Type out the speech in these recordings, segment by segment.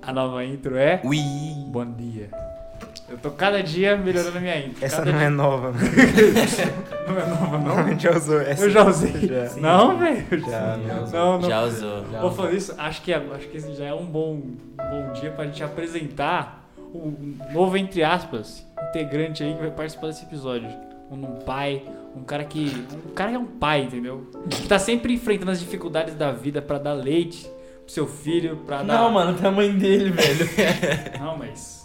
A nova intro é. Ui! Bom dia. Eu tô cada dia melhorando a minha intro. Essa cada não é dia- nova, mano. não é nova, não. Não, a gente já usou essa. Eu já usei. Já. é. Não, velho. Já, meu. Não, não. Já usou. Vou falar isso, acho que, é- acho que esse já é um bom, bom dia pra gente apresentar o novo, entre aspas, integrante aí que vai participar desse episódio. Um, um pai, um cara que. Um cara que é um pai, entendeu? Que tá sempre enfrentando as dificuldades da vida pra dar leite pro seu filho, pra dar. Ah, Não, mano, pra mãe dele, velho. Não, mas.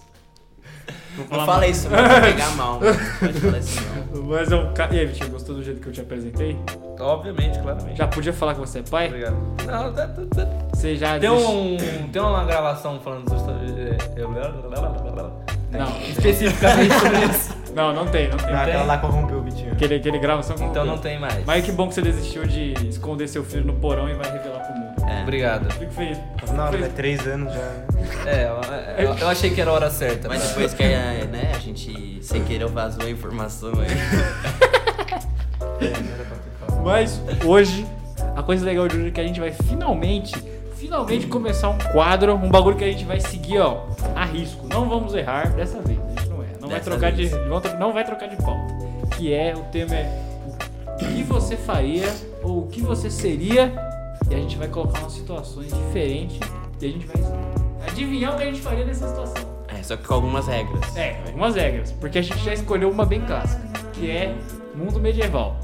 Não fala isso, mano. Vai pegar mal, mano. Não Pode falar isso, não. Mas é um cara. E aí, Vitinho, gostou do jeito que eu te apresentei? Obviamente, claramente. Já podia falar que você é pai? Obrigado. Não, tá, tá, tá. Você já. Tem, desist- um, tem uma gravação falando sobre. é, eu- Não, É, Especificamente sobre isso. não, não tem, não tem. Não, aquela lá corrompeu o Vitinho. Aquele, aquele gravação com um Então não tem mais. Mas que bom que você desistiu de esconder seu filho no porão e vai revelar pro mundo. É. Obrigado. Fico feliz. Fico Na hora, feliz. é três anos já. né? É, eu, eu- eu achei que era a hora certa. Mas depois que a, né, a gente, sem querer, vazou a informação aí. Mas hoje, a coisa legal de hoje é que a gente vai finalmente, finalmente começar um quadro, um bagulho que a gente vai seguir, ó, a risco. Não vamos errar dessa vez, a gente não erra. Não vai Dessa trocar vez. de. Não, tro- não vai trocar de pauta. Que é, o tema é o que você faria ou o que você seria. E a gente vai colocar umas situações diferentes e a gente vai adivinhar o que a gente faria nessa situação. É, só que com algumas regras. É, algumas regras, porque a gente já escolheu uma bem clássica, que é mundo medieval.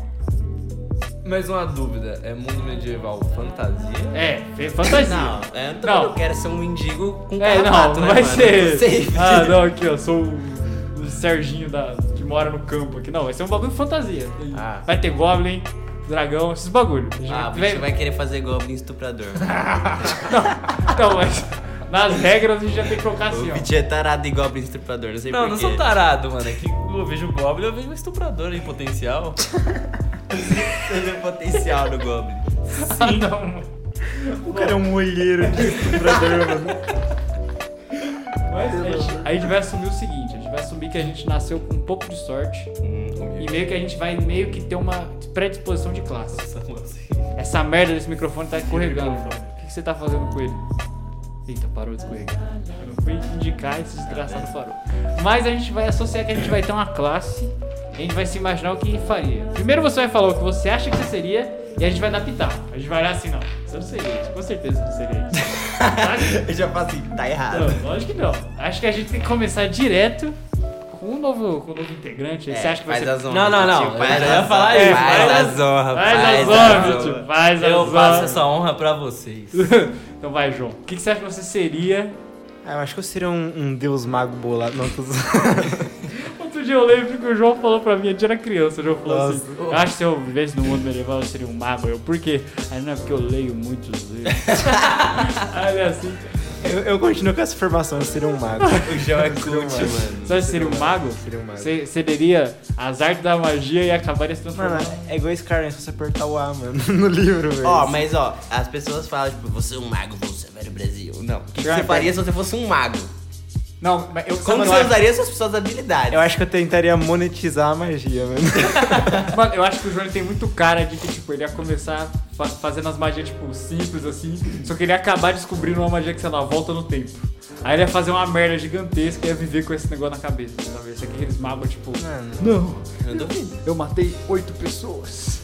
Mais uma dúvida: é mundo medieval fantasia? É, fe- fantasia. Não, é, eu Não. não, quero ser um mendigo com é, não, carrapato, não né, vai mano? ser. Tô safe. Ah, não, aqui, ó, sou o Serginho da, que mora no campo aqui. Não, vai ser um bagulho fantasia. Ah. Vai ter goblin, dragão, esses bagulhos. Ah, o bicho vai querer fazer Goblin estuprador. mano. Não, mas nas regras a gente já tem que colocar assim, O ó. bicho é tarado em Goblin estuprador, não sei Não, não porquê. sou tarado, mano. É que eu vejo o Goblin, eu vejo um estuprador em potencial. Você vê o é potencial do Goblin. Ah, não, mano. O cara é um olheiro de estuprador, mano. Mas a gente, a gente vai assumir o seguinte, a gente vai assumir que a gente nasceu com um pouco de sorte e meio que a gente vai meio que ter uma predisposição de classe. Essa merda desse microfone tá escorregando. O que, que você tá fazendo com ele? Eita, parou de escorregar. Eu não fui indicar, esse desgraçado parou. Mas a gente vai associar que a gente vai ter uma classe, a gente vai se imaginar o que faria. Primeiro você vai falar o que você acha que você seria e a gente vai dar pitaco. A gente vai olhar assim, não, você não seria isso, com certeza você não seria isso. Sabe? Eu já falo assim, tá errado. Não, lógico que não. Acho que a gente tem que começar direto com um novo, com um novo integrante. Você acha que vai É, faz ser... as honras. Não, não, não. tio, Eu Faz já ia as falar honras, isso. Faz Faz as honras. Faz as honras. honras, tio. Faz as Eu faço honras. essa honra pra vocês. Então vai, João. O que que você acha que você seria? Ah, eu acho que eu seria um, um deus mago bolado. Não, tô zoando. Outro dia eu lembro que o João falou pra mim, a gente era criança, o João falou Nossa. assim, eu acho que se eu vivesse no mundo medieval eu seria um mago. Eu, por quê? Aí não é porque eu leio muitos livros. Aí ele é assim, eu, eu continuo com essa formação, eu seria um mago. O João é cult, Seria um mago. mano. você acha que seria um mago? Seria um mago. Você cederia as artes da magia e acabaria se Mano, transformando. é igual Skyrim, se você apertar o A, mano, no livro, velho. Ó, mas ó, as pessoas falam, tipo, você é um mago, você velho Brasil. Não. O que, que Ah, você faria se você fosse um mago? Não, mas eu Como que você usaria suas suas habilidades? Eu acho que eu tentaria monetizar a magia, mano. Mano, eu acho que o Johnny tem muito cara de que, tipo, ele ia começar fa- fazendo as magias, tipo, simples, assim. Só que ele ia acabar descobrindo uma magia que, sei lá, volta no tempo. Aí ele ia fazer uma merda gigantesca e ia viver com esse negócio na cabeça, sabe? Isso aqui eles magam, tipo... Mano. Não, Eu não duvido. eu matei oito pessoas.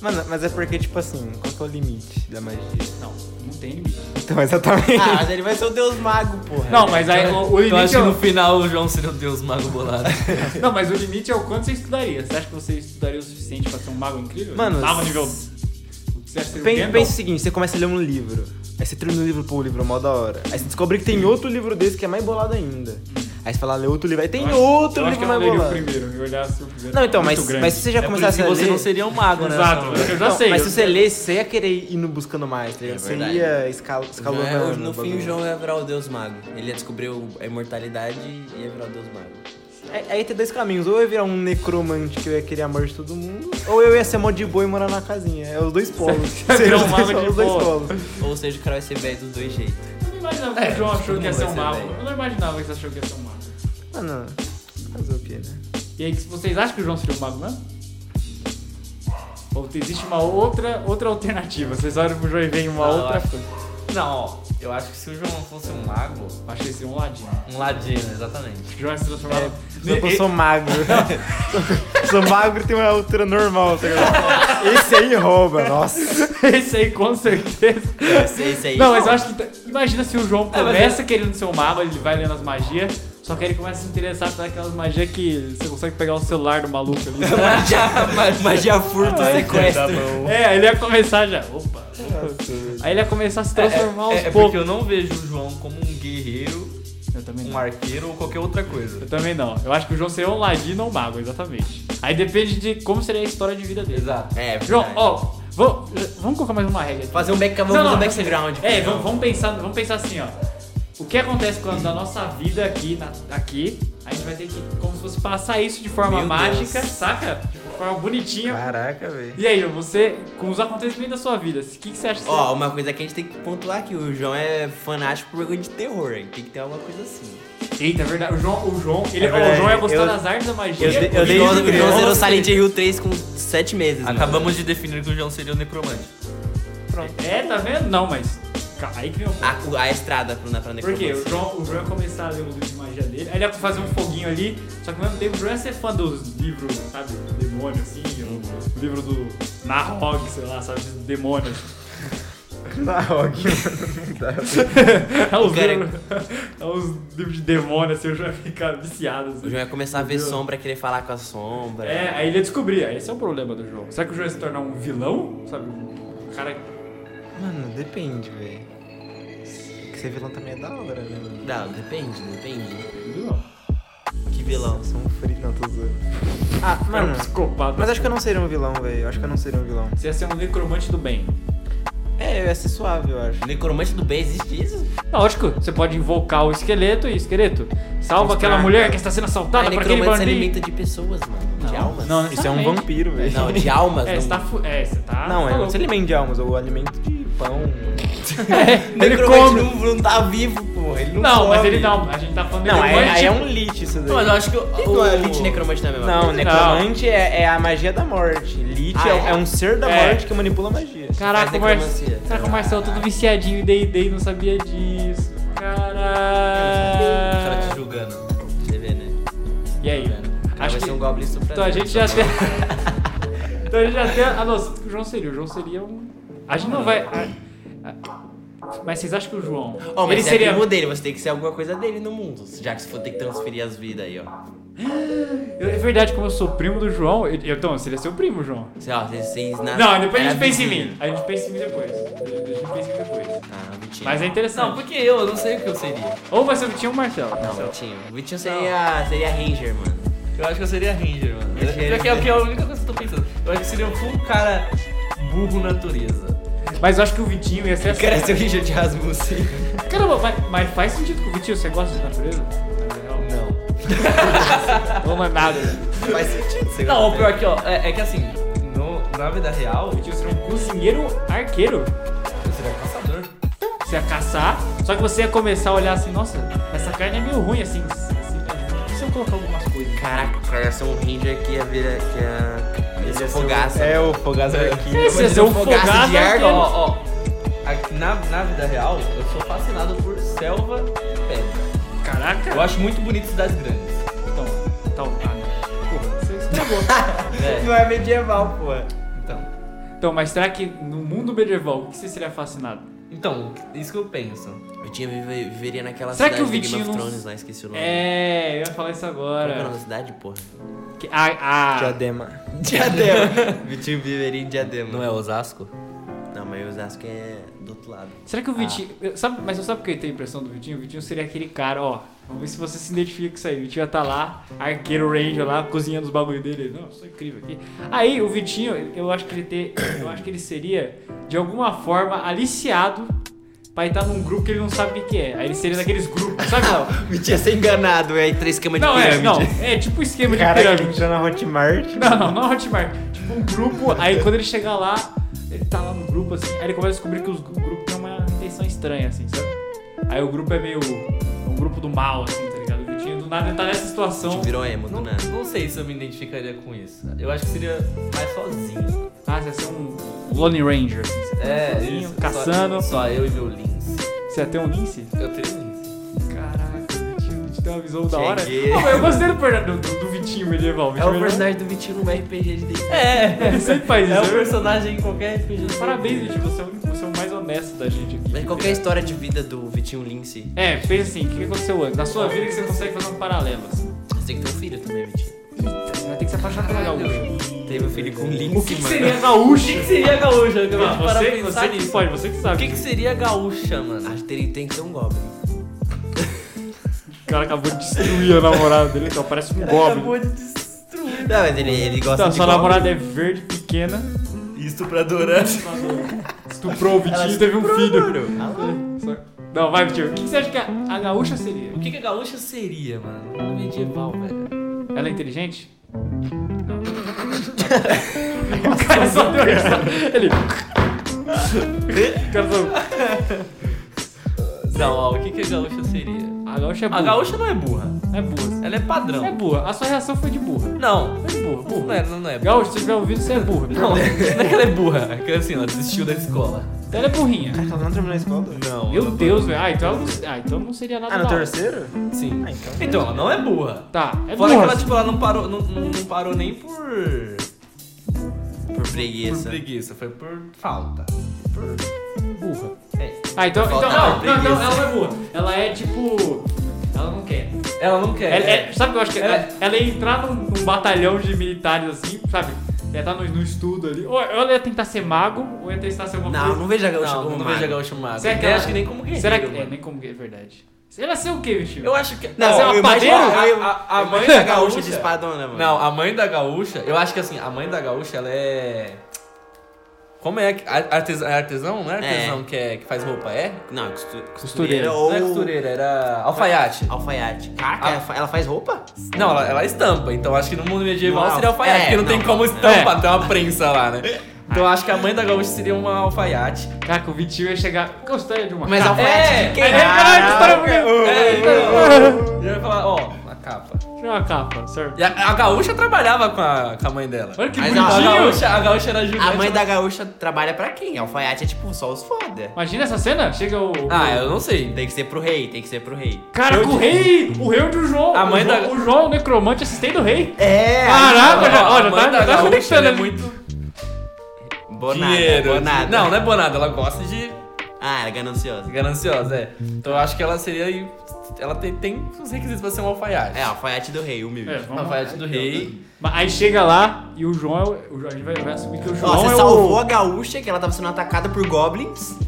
Mano, mas é porque, tipo assim, qual que é o limite da magia? Não, não tem limite. Então, exatamente. Ah, mas ele vai ser o deus mago, É, porra. Não, mas aí então o, o Eu limite... acho É que no o, final o João seria o Deus Mago Bolado. não, mas o limite é o quanto você estudaria. Você acha que você estudaria o suficiente pra ser um mago incrível? Mano, Um mago s- nível... Você acha que seria o Pensa, Gandalf? pensa o seguinte, você começa a ler um livro. Aí você termina o livro, pô, o livro é mó da hora. Aí você descobre que tem outro livro desse que é mais bolado ainda. Aí você fala, lê outro livro. Aí tem Eu acho- outro eu acho livro que eu mais leria o bolado. primeiro, eu olhasse o primeiro. Não, então, Muito mas, grande. mas se você já É por isso começasse que a você ler... não seria um mago, né? Exato, Samuel? eu já Não, sei. mas eu- se você lesse, você ia querer ir no buscando mais, tá ligado? É Você verdade. ia escal escalonando. Não, o é no fim, bagulho. o João ia virar o Deus Mago. Ele ia descobrir o- a imortalidade e ia virar o Deus Mago. Aí, aí tem dois caminhos. Ou eu É, ia virar um necromante que eu ia querer a morte de todo mundo, ou eu ia ser mó de boa e morar na casinha. É os dois polos. ia virar Seriam um mago de os dois boa. polos. Ou seja, o cara vai ser velho dos dois jeitos. Eu não imaginava que o João achou que ia todo ser um mundo vai mago. ser velho. Eu não imaginava que você achou que ia ser um mago. Mano, Ah, fazer o quê, né? E aí, vocês acham que o João seria um mago mesmo? Ou existe uma outra, outra alternativa? Vocês olham pro João e veem uma Ah, eu outra acho coisa. Não, ó. Eu acho que se o João fosse um mago, Achei esse um ladinho. um ladino, exatamente. João se transformava. Eu sou magro. sou magro e tenho uma altura normal, tá ligado? Esse aí rouba, nossa. Esse aí, com certeza. Esse, esse aí. Não, mas eu acho que. t- Imagina se o João mas começa querendo ser um mago, ele vai lendo as magias, só que aí ele começa a se interessar por aquelas magias que você consegue pegar o celular do maluco ali. Magia, ma- magia furto, sequestro. é, ele ia começar já. Opa! Aí ele ia começar a se transformar é, aos é, é poucos. porque eu não vejo o João como um guerreiro, Eu também um não. arqueiro ou qualquer outra coisa. Eu também não. Eu acho que o João seria um ladino ou um mago, exatamente. Aí depende de como seria a história de vida dele. Exato. É, verdade. João, ó, vamos, vamos colocar mais uma regra aqui. Fazer um back, vamos Não, fazer não, um background. É, vamos, vamos pensar, vamos pensar assim, ó. O que acontece quando da nossa vida aqui, na- aqui, a gente vai ter que, como se fosse passar isso de forma Meu mágica, Deus. saca? Tipo, De forma bonitinha. Caraca, velho. E aí, João, você, com os acontecimentos da sua vida, o que, que você acha? que Ó, uma coisa que a gente tem que pontuar aqui, o João é fanático por jogo de terror, hein? tem que ter alguma coisa assim. você- Eita, é verdade. O João, o João, ele, É ó, verdade, o João ia gostar eu- das artes da magia. eu dei- O eu dei- é João, desde o João zerou criança- Silent Hill 3 com 7 meses. mano. Acabamos de definir que o João seria o necromante. É, tá vendo? Não, mas. calma, Aí que vem o ponto. A, a estrada pro pra Por quê? O necromancia. João, o João ia começar a ler os livros de magia dele, aí ele ia fazer um foguinho ali, só que ao mesmo tempo o João ia ser fã dos livros, sabe, do demônio, assim, o livro do Nahog, sei lá, sabe, dos demônios. Na rock, mano, não dá. É os, cara- livros, é os livros de demônio, assim, o João ia ficar viciado. assim. O João ia começar a ver sombra, querer falar com a sombra. É, aí ele ia descobrir, aí esse é o problema do João. Será que o João ia se tornar um vilão, sabe, um cara... Mano, depende, velho. Que ser vilão também é da hora, né, mano? Não, depende, depende. um vilão? Que vilão. Eu sou um frio, não, tô zoando. Ah, Cara, um mano, psicopata. mas acho que eu não seria um vilão, velho. Eu Acho que eu não seria um vilão. Você ia ser um necromante do bem. É, eu ia ser suave, eu acho. Necromante do bem, existe isso? Lógico, você pode invocar o esqueleto e esqueleto, salva aquela Mostrar. mulher que está sendo assaltada Ah, por aquele necromante se bandido. alimenta de pessoas, mano. De Não, almas. Isso é um necessariamente. vampiro, velho. Não, de almas. É, não. você tá. Fu é, você tá. Não, tá é, louco. você alimenta de almas, ou alimento de pão. É, ele Necromante come. Não, não tá vivo, porra. Ele não Não, mas come. ele não. A gente tá falando Não, de aí, aí é um necromante. lit isso daí. Não, mas eu acho que o. Igual a Lich Lich necromante também, Não, necromante É, é a magia da morte. Lit Ah, é, um- é? é um ser da É. morte que manipula a magia. Caraca, o faz Marcelo. necromancia. Caraca, o Marcelo é todo viciadinho em D&D e não sabia disso. O cara te Caralho. julgando. Você vê, né? E aí? Acho Acho vai que. ser um Goblin Supremo. Então a gente já tem. então a gente já tem a noção do que o João seria. O João seria um. A gente não vai. a- a- Mas vocês acham que o João. Ó, mas ele você é seria. um- primo dele, você tem que ser alguma coisa dele no mundo. Já que você for ter que transferir as vidas aí, ó. É verdade, como eu sou primo do João. eu- eu- Então, eu seria seu primo, João. Sei lá, vocês- vocês na. Não, depois a era gente pensa em vizinho. mim. A gente pensa em mim depois. A gente pensa em mim depois. Ah, o Vitinho. Mas é Não, interessante. porque eu, eu não sei o que eu seria. Ou vai ser o Vitinho ou o Marcelo. Não, o Vitinho. O Vitinho seria, seria Ranger, mano. Eu acho que eu seria Ranger, mano. Eu Eu, seria pior que é Ranger. que é a única coisa que eu tô pensando. Eu acho que seria um full cara burro natureza. Mas eu acho que o Vitinho ia ser assim. Quero ser o Ranger de Rasmussen. Caramba, mas, mas faz sentido que o Vitinho, você gosta de natureza? Não. Não, não é nada. Faz sentido, você Não, o gosta. pior que, ó, é, é que assim, no, na vida real, O Vitinho seria um cozinheiro arqueiro. eu seria caçador. Você ia caçar, só que você ia começar a olhar assim, nossa, essa carne é meio ruim assim. assim né? se eu colocar algumas coisas? Caraca, o cara ia ser um Ranger que ia ver. Que ia. Ia ser fogaça. um- É, o fogaça aqui. Esse ia ser um Fogaça de fogado ar, arqueiro. Ó, ó, ó. Aqui na, na vida real, eu sou fascinado por selva e pedra. Caraca. Eu acho muito bonito cidades grandes. Então, então, ah, não. Porra, você tá estragou. É, Não é medieval, porra. então. Então, mas será que no mundo medieval, o que você seria fascinado? Então, isso que eu penso. O Vitinho vive- viveria naquela Será cidade que o do Game Vitinho of não- Thrones lá, esqueci o nome. É, eu ia falar isso Qual que é o nome agora. da cidade, porra? Que- a, a- Diadema. Diadema. Vitinho viveria em Diadema. Não é Osasco? Não, mas eu acho que é do outro lado. Será que o Vitinho. eu- Sabe, mas você sabe o que eu tenho a impressão do Vitinho? O Vitinho seria aquele cara, ó. Vamos ver se você se identifica com isso aí. O Vitinho ia tá lá, arqueiro ranger lá, cozinhando os bagulho dele. Não, sou incrível aqui. Aí o Vitinho, eu acho que ele ter, eu acho que ele seria, de alguma forma, aliciado pra estar num grupo que ele não sabe o que que é. Aí ele seria daqueles grupos, sabe? Não, Vitinho ia ser enganado, é três camas de não é, pirâmide. não. É tipo esquema de Cara que pirâmide. entrou tá na Hotmart. Não, não, não Hotmart. Tipo, um grupo, aí quando ele chegar lá, ele tá lá no grupo, assim, aí ele começa a descobrir que os, o grupo tem uma intenção estranha, assim, sabe? Aí o grupo é meio. é um grupo do mal, assim, tá ligado? O Vitinho do nada ele tá nessa situação. Vitinho virou emo do Não, nada. não sei se eu me identificaria com isso. Eu acho que seria mais sozinho. Ah, você ia ser um Lone Ranger, assim, você tá É, sozinho, isso. caçando. Só, só eu e meu Lins. Você até um lince? Eu tenho isso. Caraca, o Vitinho, o Vitinho tem uma visão da hora. Cheguei. Ah, mas eu gostei do, perna- do, do Vitinho medieval. É Vitinho o medieval. personagem do Vitinho numa RPG de D&D. Ele sempre faz É isso. o né? personagem em qualquer RPG. de Parabéns, Vitinho, você é o, único- você é o mais honesto da gente aqui. Mas qualquer história de vida do Vitinho Lince, É, pensa assim, o que aconteceu antes? Na sua vida que você consegue fazer um paralelo. assim. você tem que ter um filho também, Vitinho. Você vai ter que se apaixonar pela gaúcha. Teve um filho com Lince, O que, que mano. seria gaúcha? O que seria gaúcha? Eu acabei Não, de parar pra você, pensar você que nisso. pode, você que O sabe. que, que seria gaúcha, mano? Acho que ele tem que ser um Goblin. O cara acabou de destruir a namorada dele, então parece um goblin. Acabou de destruir. Não, mas ele, ele gosta Então, de sua Goblin. namorada é verde, pequena, Isso pra Durante. estuprou o Vitinho e teve um filho. Alô? Só- Não, vai, Vitinho. O que que você acha que a, a gaúcha seria? O que, que a gaúcha seria, mano? No medieval, velho. Ela é inteligente? Não. o cara só deu essa. Ele. o cara só... Não, ó, o que, que a gaúcha seria? A gaúcha é burra. A gaúcha não é burra. é burra. Ela é padrão. É burra. A sua reação foi de burra. Não. Foi de burra, burra. Não é, não é. burra. Gaúcha, se tiver ouvido, você é burra. Não, não é que ela é burra. É que assim, ela desistiu da escola. Então ela é burrinha. Ela não terminou Tá a escola? Não. Meu Deus, velho. Ah, então ela não, ah, então não seria nada Ah, no da hora. terceiro? Sim. Ah, então. Então, ela não é burra. Tá, é Fora que burra. ela, tipo, ela não parou, não, não, não parou nem por. Por Por preguiça. preguiça, foi por falta. Por. burra. É. Ah, então. então Falta não, preguiça. não, não, ela não é burra. Ela é tipo. Ela não quer. Ela não quer. Ela- é- sabe o que eu acho que É. ela, ela ia entrar num, num batalhão de militares assim, sabe? Ela ia estar no, no estudo ali. Ou ela ia tentar ser mago, ou ia tentar ser alguma Não, coisa. não vejo a gaúcha Não, como não mago. vejo a gaúcha magra. Será que Nem ela- acho que nem como guerreiro. Será que. É, mano. nem como que é verdade. Ela ia ser o quê, Vitinho? Eu acho que. Não, Você é uma eu imagino- padeira? eu- A- a- a eu mãe imagino a da gaúcha de gaúcha. espadona, mano. Não, a mãe da gaúcha, eu acho que assim, a mãe da gaúcha, ela é. Como é que. ar- Artesão, é artesão? Não é artesão que, é, que faz roupa? É? Não, costu- costureira, Costureira. ou... Não é costureira, era alfaiate. Alfaiate. Caraca, ela fa- ela faz roupa? Não, ela, ela estampa, então acho que no mundo medieval Não, seria alfaiate, é, porque não, tem não. como estampar, tem uma prensa lá, né? Então eu acho que a mãe da gaúcha seria uma alfaiate. Caraca, o Vitinho ia chegar. Gostaria de uma. Mas capa. alfaiate É, de É, quem? caralho, história Caraca. bonita. É, então, eu ia falar, ó, a capa. Tira uma capa, certo? E a, a gaúcha trabalhava com a, com a mãe dela. Olha que Mas bonitinho. a- A gaúcha, a gaúcha era ajudante. A mãe da gaúcha trabalha pra quem? Alfaiate é tipo só os foda. Imagina essa cena. Chega o. Ah, eu não sei. Tem que ser pro rei, tem que ser pro rei. Cara, o rei! O rei do João! A o mãe João, da- o João, o necromante, assistente do rei. É! Caraca, já, ó, já A mãe tá, da já tá gaúcha, conectando ela é ali. muito Bonada, dinheiro. bonada. Não, não é bonada, ela gosta de Ah, era gananciosa. gananciosa, é. Então eu acho que ela seria. aí- Ela tem, tem uns requisitos pra ser uma alfaiate. É, alfaiate do rei, humilde. É, uma vamos lá. alfaiate então, né? do rei. Mas Aí chega lá e o João é o. o João- a gente vai, vai assumir que o João Ó, você é salvou o. a gaúcha, que ela tava sendo atacada por goblins.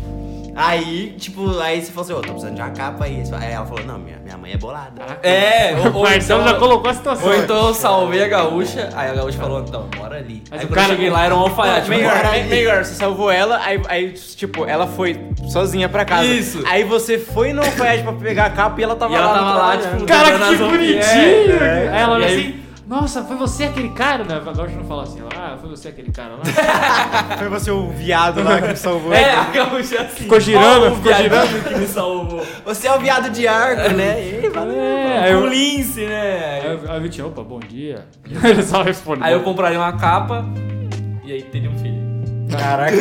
Aí, tipo, aí você falou assim, ô, tô precisando de uma capa aí. Aí ela falou, não, minha, minha mãe é bolada. Caraca. É, ou, O ou Marcelo então- já colocou a situação. Ou então eu salvei a gaúcha, aí a gaúcha falou, então, bora ali. Mas aí o quando cara- tá eu cheguei lá era um alfaiate. Não, bora Melhor, Bora ali. me- melhor, você salvou ela, aí, aí, tipo, ela foi sozinha pra casa. Isso. Aí você foi no alfaiete pra pegar a capa e ela tava E ela lá. né? tava lá, trabalhando. tipo, Caraca, que Dona Zofia, bonitinho! é, Aí ela olha e aí- assim. Nossa, foi você aquele cara? Né? Agora a gente não fala assim, ah, foi você aquele cara lá. tipo, Foi você o viado lá que me salvou. É, a gaúcha assim. Ficou girando, ó, o ficou viadinho que me salvou. Você é o viado de arco, né? Ei, valeu. é, aí O eu. lince, né? Aí eu- aí eu Vitinho, opa, bom dia. Ele só responde. Aí eu compraria uma capa e aí teria um filho. Caraca.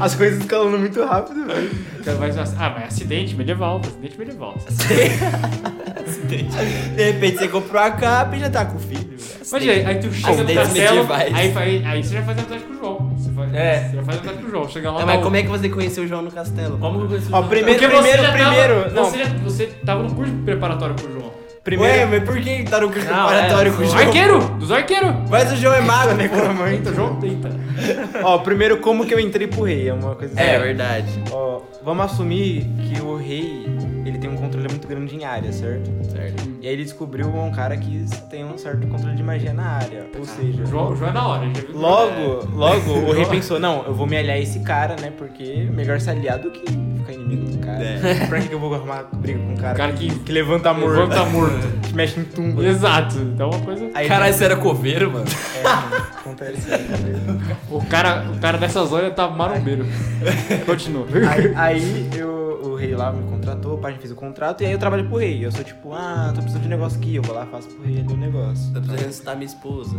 As coisas escalando muito rápido, velho. Mas, ah, mas acidente medieval, acidente medieval. De repente você comprou a capa e já tá com o filho. Imagina, aí, aí tu chega no Acidentes castelo, medievais. aí, fa- aí, aí você já faz amizade com o João. Você, faz, É. você já faz amizade com o João. Chega lá, tá Não, mas o- como é que você conheceu o João no castelo? Como que eu conheci o Ó, João? primeiro- Porque você já primeiro, tava, não. Você, já- você tava no curso preparatório pro João. é Ué, Primeiro, mas por que tá no curso Não, preparatório é, com o Dos João? arqueiros! Dos arqueiros! Mas o João é mago, né? Eita, João, eita. ó, primeiro como que eu entrei pro rei, é uma coisa É assim. verdade. Ó, vamos assumir que o rei, ele tem um controle muito grande em área, certo? Certo. E aí ele descobriu um cara que tem um certo controle de magia na área, ou seja... O João, o João é da hora. já viu? Logo, logo, o rei pensou, não, eu vou me aliar a esse cara, né? Porque melhor se aliar do que ficar inimigo do cara. É. pra que que eu vou arrumar briga com um cara, O cara que- que levanta Tá morto, Levanta morto. que mexe em tumba? Exato. Então é uma coisa. Aí é, Caralho, você era coveiro, mano? acontece. né? O cara, o cara dessa zona tá marombeiro. Continua. aí, aí eu, o rei lá me contratou, o pai fez o contrato, e aí eu trabalho pro rei. Eu sou tipo, ah, tô precisando de um negócio aqui, eu vou lá, faço pro rei ali o negócio. Tô Tá precisando citar minha esposa.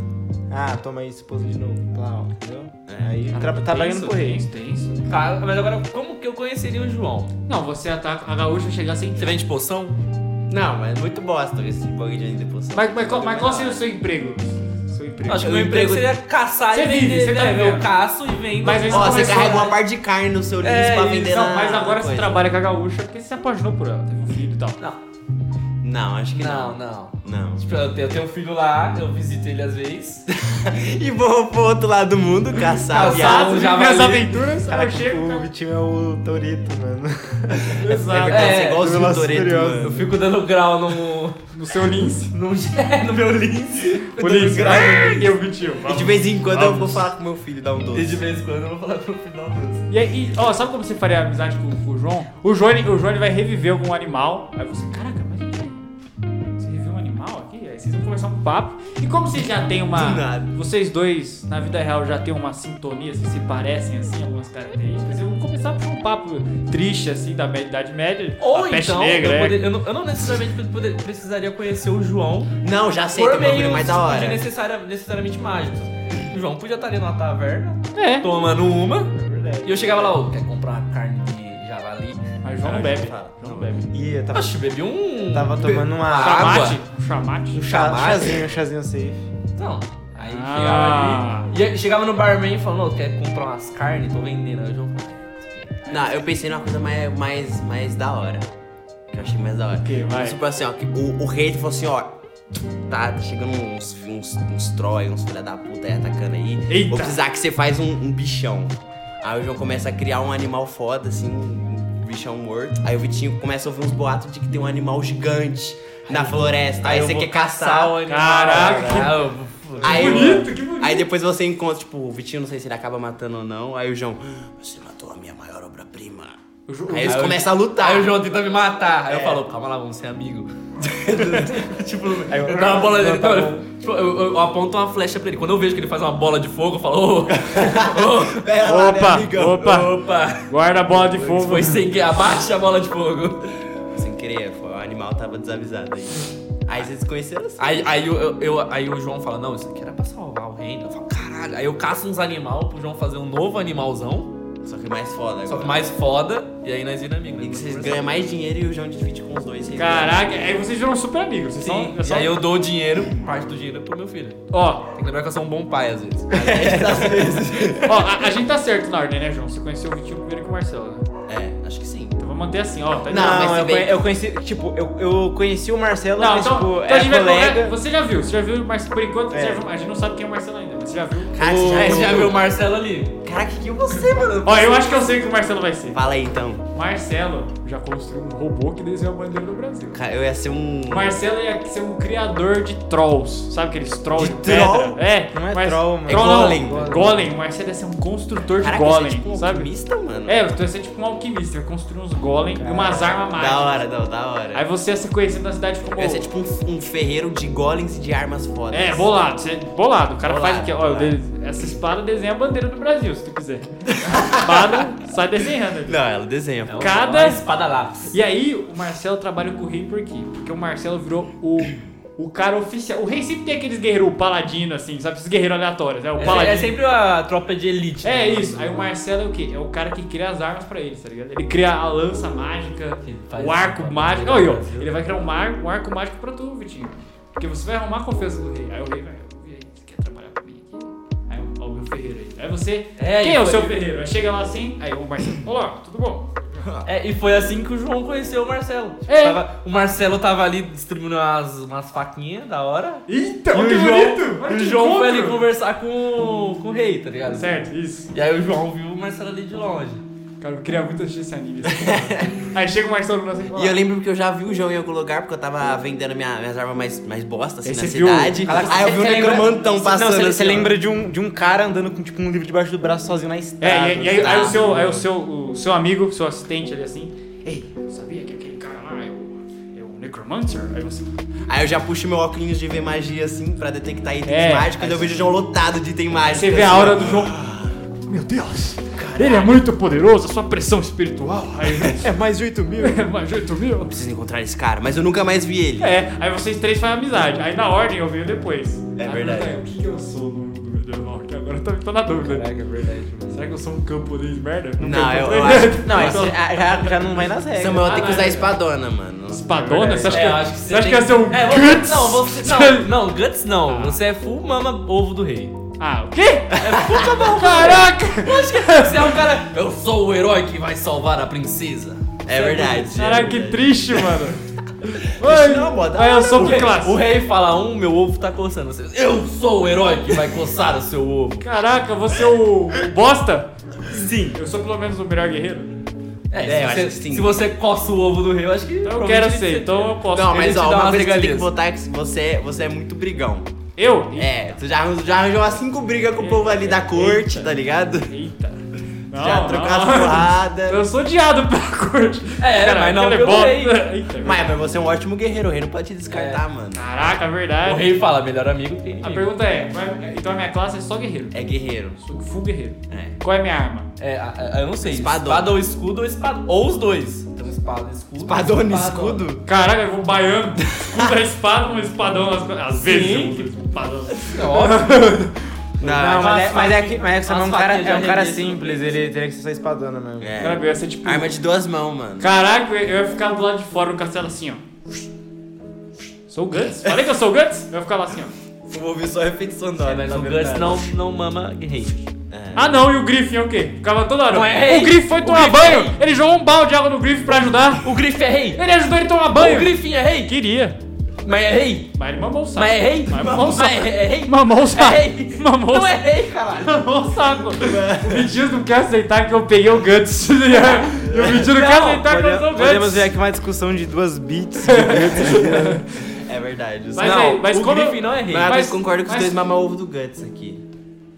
Ah, toma aí, esposa de novo, lá, ó, entendeu? É. Aí tra tá Tenso, trabalhando pro rei. tenso, tenso. Tá, mas agora, como que eu conheceria o João? Não, você ataca a gaúcha assim, chegar sem Você vende poção? Não, mas é muito bosta esse bagulho de ainda depois. Mas, mas, qual- mas qual seria o seu emprego? Seu emprego. Acho que o meu Eu emprego emprego- seria caçar Você e vive, vender. você tá né? eu vivendo. caço e vendo. Mas aí Ó, você é começou- carregou uma parte de carne no seu É, livro pra isso, vender Não, na- mas agora Tá coisa. você trabalha com a gaúcha porque você se apaixonou por ela, teve um filho e tal. Não, Não, acho que não. não, não. Não. Tipo, eu tenho, eu tenho um filho lá, eu visito ele às vezes. E vou pro outro lado do mundo caçar Caçar viado. um javali. Minhas aventuras, Cara, eu chego. o Vitinho é o Torito, mano. Exato. É, Você é igual o Velozes e Cintoreto, Furiosos. Eu mano. fico dando grau no. No seu lince. no, é, no meu lince. Polícia. Ah, Eu vi tio. E de vez em quando eu vou falar com meu filho, dar um E de doce. vez em quando eu vou falar pro final do E aí, e, ó, sabe como você faria amizade com, com o João? O João, ele- o João ele vai reviver algum animal. Aí você, caraca, mas gente, você reviu um animal aqui? Aí vocês vão conversar um papo. E como vocês já têm uma. Do nada. Vocês dois, na vida real, já têm uma sintonia, vocês se parecem assim, algumas características. Eu vou começar por um papo triste, assim, da me- Idade Média. Ou a peste então, negra, eu, é. poder- eu não, eu não necessariamente poder- precisaria conhecer o João Não, já sei, tem é um bagulho mais da hora. de necessária- necessariamente mágicos. O João podia estar ali numa taverna, É. tomando uma, verdade. e eu chegava lá, ô, quer comprar uma carne de javali? Mas Ah, João não bebe. João não bebe. E eu tava, Oxe, bebi um... tava tomando uma Ah, Chamate? água? Um chamate? um chá- chamate? chazinho, um chazinho safe. Então, aí Ah. chegava ali, e chegava no barman e falava, não, quer comprar umas carnes? Tô vendendo. Aí o João falava, Não, eu pensei numa coisa mais, mais, mais da hora. Que eu achei mais da hora. quê? Vai. Tipo assim, ó, que o, o rei falou assim, ó. Tá, tá chegando uns, uns, uns troia, uns filha da puta aí atacando aí. Eita. Vou precisar que você faz um, um bichão. Aí o João começa a criar um animal foda, assim, um bichão morto. Aí o Vitinho começa a ouvir uns boatos de que tem um animal gigante na floresta. Aí, eu você vou quer caçar. um o animal. Caraca. Aí eu vou- Aí, bonito, que bonito. Aí depois você encontra, tipo, o Vitinho, não sei se ele acaba matando ou não. Aí o João, você matou a minha maior obra-prima. O João- Aí eles Aí o- começam a lutar. Aí o João tenta me matar. É. Aí eu falo, calma lá, vamos ser amigo. tipo, eu, dou uma bola nele. tá tá Não, eu, tipo, eu- eu aponto uma flecha pra ele. Quando eu vejo que ele faz uma bola de fogo, eu falo, ô, ô, Pera lá, né, Opa, amigão? opa, opa. guarda a bola de fogo. Foi sem que abaixa a bola de fogo. Sem querer, foi, o animal tava desavisado aí. Aí vocês se conheceram assim. Aí, aí, eu- eu, eu- aí o João fala, não, isso aqui era pra salvar o reino. Eu falo, caralho. Aí eu caço uns animal pro João fazer um novo animalzão, Só que mais foda agora. só que mais foda. E aí nós viramos amigos. E que né? vocês ganham mais dinheiro e o João divide com os dois. vocês Caraca, aí vocês viram super amigos. Vocês Sim, são, é um e aí eu dou o dinheiro, parte do dinheiro pro meu filho. Ó, Tem que lembrar que eu sou um bom pai às vezes. ó a, a gente tá certo na ordem, né, João? Você conheceu o Vitinho primeiro que o Marcelo, né? ganham. É, acho que sim. Então vou manter assim, ó. Tá Não, mas se eu, bem- conhe- eu conheci, tipo, eu, eu conheci o Marcelo, Não, mas, então, tipo, então a é gente vai colega. colocar- Você já viu, você já viu o Marcelo. Por enquanto, você É. já viu, a gente não sabe quem é o Marcelo ainda, mas você já viu. Caraca, Ah, Você já- você já viu o viu? Marcelo ali? Caraca, que que você, mano? Ó, eu acho que eu sei o que o Marcelo vai ser. Fala aí então. Marcelo já construiu um robô que desenhou a bandeira do Brasil. Cara, eu ia ser um. O Marcelo ia ser um criador de trolls. Sabe aqueles trolls de, De troll? pedra? É. Não é troll, mano. troll não. É golem. Golem. O Marcelo ia ser um construtor de Caraca, golem, você é tipo um sabe? alquimista, mano. É, tu ia ser tipo um alquimista, ia construir uns golem e umas armas mágicas. Da hora, da, da hora. É. Aí você ia ser conhecido na cidade como... Eu ia ser tipo um, um ferreiro de golems e de armas fodas. É, bolado, você, bolado. O cara Bolado, faz aqui, ó, eu bolado. de- essa espada desenha a bandeira do Brasil, se tu quiser. espada sai desenhando. ali. Não, ela desenha. pô. Cada- É Uma espada lápis. E aí o Marcelo trabalha com o rei por quê? Porque o Marcelo virou o, o cara oficial. O rei sempre tem aqueles guerreiros, o paladino, assim, sabe? Esses guerreiros aleatórios, né? O É, é paladino. sempre a tropa de elite. É né? isso. Aí o Marcelo é o quê? É o cara que cria as armas pra eles, tá ligado? Ele cria a lança mágica, Ele faz o arco isso. mágico. Olha, aí, ó. ele vai criar um, mar, um arco mágico pra tu, Vitinho. Porque você vai arrumar a confiança do rei. Aí o rei vai, "Ô, e aí, você quer trabalhar comigo aqui? Aí, ó, o meu ferreiro aí. Aí você, É, quem e é o foi- seu ferreiro? Aí chega lá assim, aí o Marcelo, olá, tudo bom? É, e foi assim que o João conheceu o Marcelo. Tipo, É. tava- o Marcelo tava ali distribuindo umas, umas faquinhas da hora. Eita, e que o João, bonito! Olha o que João foi ali encontro! conversar com, o- com o rei, tá ligado? Certo, isso. E aí o João viu o Marcelo ali de longe. Cara, eu queria muito assistir esse anime. assim. aí chega o Marcelo no nosso E eu lembro que eu já vi o João em algum lugar, porque eu tava vendendo minha- minhas armas mais, mais bosta, assim, Aí na você viu- cidade. Caraca, Ah, Aí eu vi um você lembra- necromantão Não, passando você, assim, você ó. lembra de um, de um cara andando com tipo um livro debaixo do braço sozinho na estrada. É, e, e aí, tá? aí o seu, aí o seu, o seu amigo, seu assistente ali assim, ei, sabia que aquele cara lá é o, é o Necromancer? Aí você. Aí eu já puxo meu óculos de ver magia, assim, pra detectar itens É. assim, mágicos. Eu vejo o João lotado de item mágico. Você vê a assim, aura ó. do João. Ah, Ele é muito poderoso, a sua pressão espiritual aí, É mais de 8 mil. é mais de 8 mil. Preciso encontrar esse cara, mas eu nunca mais vi ele. É, aí vocês três fazem amizade. Aí na ordem eu venho depois. É Aí, verdade. "Ué, O que que eu sou no mundo medieval? Que agora eu tô, tô na dúvida. é verdade. Será que eu sou um campo de merda? Não, quero fazer. eu- eu acho- Não, esse já, já- já não vai nas regras. Samuel, eu tenho que Ah, usar não. espadona, mano. Espadona? Você acha É, que, eu acho você você acha tem que ia ser um É, você- Guts? Não, você, não, não, Guts não. Ah. Você é full mama ovo do rei. Ah, o quê? É puta barulho. Caraca! Você é um cara. Eu sou o herói que vai salvar a princesa. É verdade. Caraca, que triste, mano. Triste não, bota Aí eu lá, sou O que rei, classe? né? o rei fala um, meu ovo tá coçando. Você- Eu sou o herói que vai coçar o seu ovo. Caraca, você é o, o bosta? Sim. Eu sou pelo menos o melhor guerreiro. É, eu se, você, acho que sim. se você coça o ovo do rei, eu acho que. Então eu provavelmente quero ele ser, se- então eu posso. Não, Ele mas te ó, dá uma coisa que umas você tem que regalias. botar é que você, você é muito brigão. Eu? É, tu já, arran- já arranjou umas cinco brigas com o povo ali da corte, tá ligado? Eita. Não, Já trocar as não. porradas. Eu sou odiado pela corte. É, mas não aquele pelo bosta. rei. Eita, Mas, mas você é um ótimo guerreiro, o rei não pode te descartar, mano. Caraca, é verdade. O rei fala, melhor amigo que inimigo. A pergunta é, qual é- então a minha classe é só guerreiro. É guerreiro. Sou full guerreiro. É. Qual é a minha arma? É, a- a- eu não sei. Espadona. Espada ou escudo ou espada. Ou os dois. Então espada, escudo. Espadona, escudo? Caraca, eu vou baiano, escudo a espada, um espadão. às- Às vezes eu uso espadão. Não, mas, é, mas é que, mas é que Samuel é um As cara, faquinhas é um de cara arremesso. simples, ele teria que ser só espadona mesmo. É. Cara, eu ia ser tipo. Arma de duas mãos, mano. Caraca, eu ia ficar do lado de fora do castelo assim, ó. Sou o Guts? Falei que eu sou o Guts? Eu ia ficar lá assim, ó. Vou ouvir só efeito sonoro. É, mas o Guts não, não mama guerreiro. Ah não, e o Griffin é o quê? Ficava toda hora. Não é rei. o Griffin foi O tomar Griffin é banho. rei. Ele jogou um balde de água no Griffin pra ajudar. O Griffin é rei. Ele ajudou ele a tomar O banho. Griffin é rei. Queria. Mas é rei. Mas ele mamou o saco. Mas é rei. Mas mamou o Mas saco. é rei. Mamou o saco. É rei. Mamou o Não é saco. rei, caralho. Mamou o saco. O Mitias não quer aceitar que eu peguei o Guts. E o Mitias não quer Não, aceitar que eu sou o Podemos, Guts. podemos é ver aqui uma discussão de duas bits. É verdade. Os... Mas Não, aí, mas o como eu- Griffin não é rei. Mas, mas- mas concordo com mas- os dois mamam ovo do Guts aqui.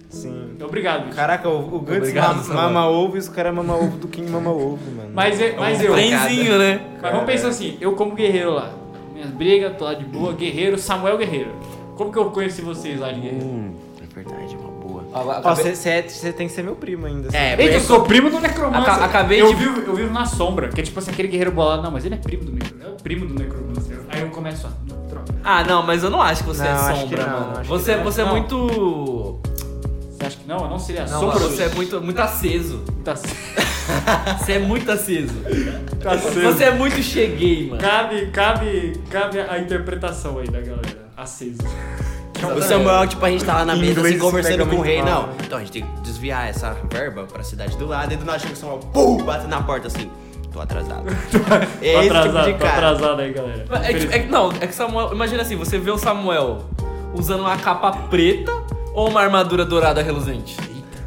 Sim. Obrigado, Mitias. Caraca, o, o Guts Obrigado, ma- Samuel. mama ovo e os caras mama ovo do King mama ovo, mano. Mas, é- eu- é um mas eu... Trenzinho, né? Mas vamos pensar assim, eu como guerreiro lá, minhas brigas, tô lá de boa, guerreiro, Samuel guerreiro. Como que eu conheci vocês lá de guerreiro? Hum, é verdade, é uma boa. tá Ó, você tem que ser meu primo ainda. assim. É, Eita, eu mas... sou primo do necromancer. assim. Aca- acabei eu de- Vivo, eu vivo na sombra, que é tipo assim, aquele guerreiro bolado. Não, mas ele é primo do necromancer. É o primo do necromancer. Aí eu começo a... Não, troca. Ah, não, mas eu não acho que você Não, é acho sombra, que não, mano. acho Você, que não. você é Não. muito. Você acha que não? Eu não seria Não, sombra. você é muito, muito aceso. Tá c- Você é muito aceso. tá cedo. Você é muito cheguei, mano. Cabe, cabe, cabe a interpretação aí da galera. Aceso. O Samuel, tipo, a gente tá lá na Em mesa inglês assim, isso conversando pega com o muito rei, mal, não. né? Então a gente tem que desviar essa verba pra cidade do lado. E do nada chega o Samuel, pum, bate na porta assim. Tô atrasado. é Tô esse atrasado, tipo de tô cara. atrasado aí, galera. É que, é que- não, é que Samuel. Imagina assim, você vê o Samuel usando uma capa preta ou uma armadura dourada reluzente?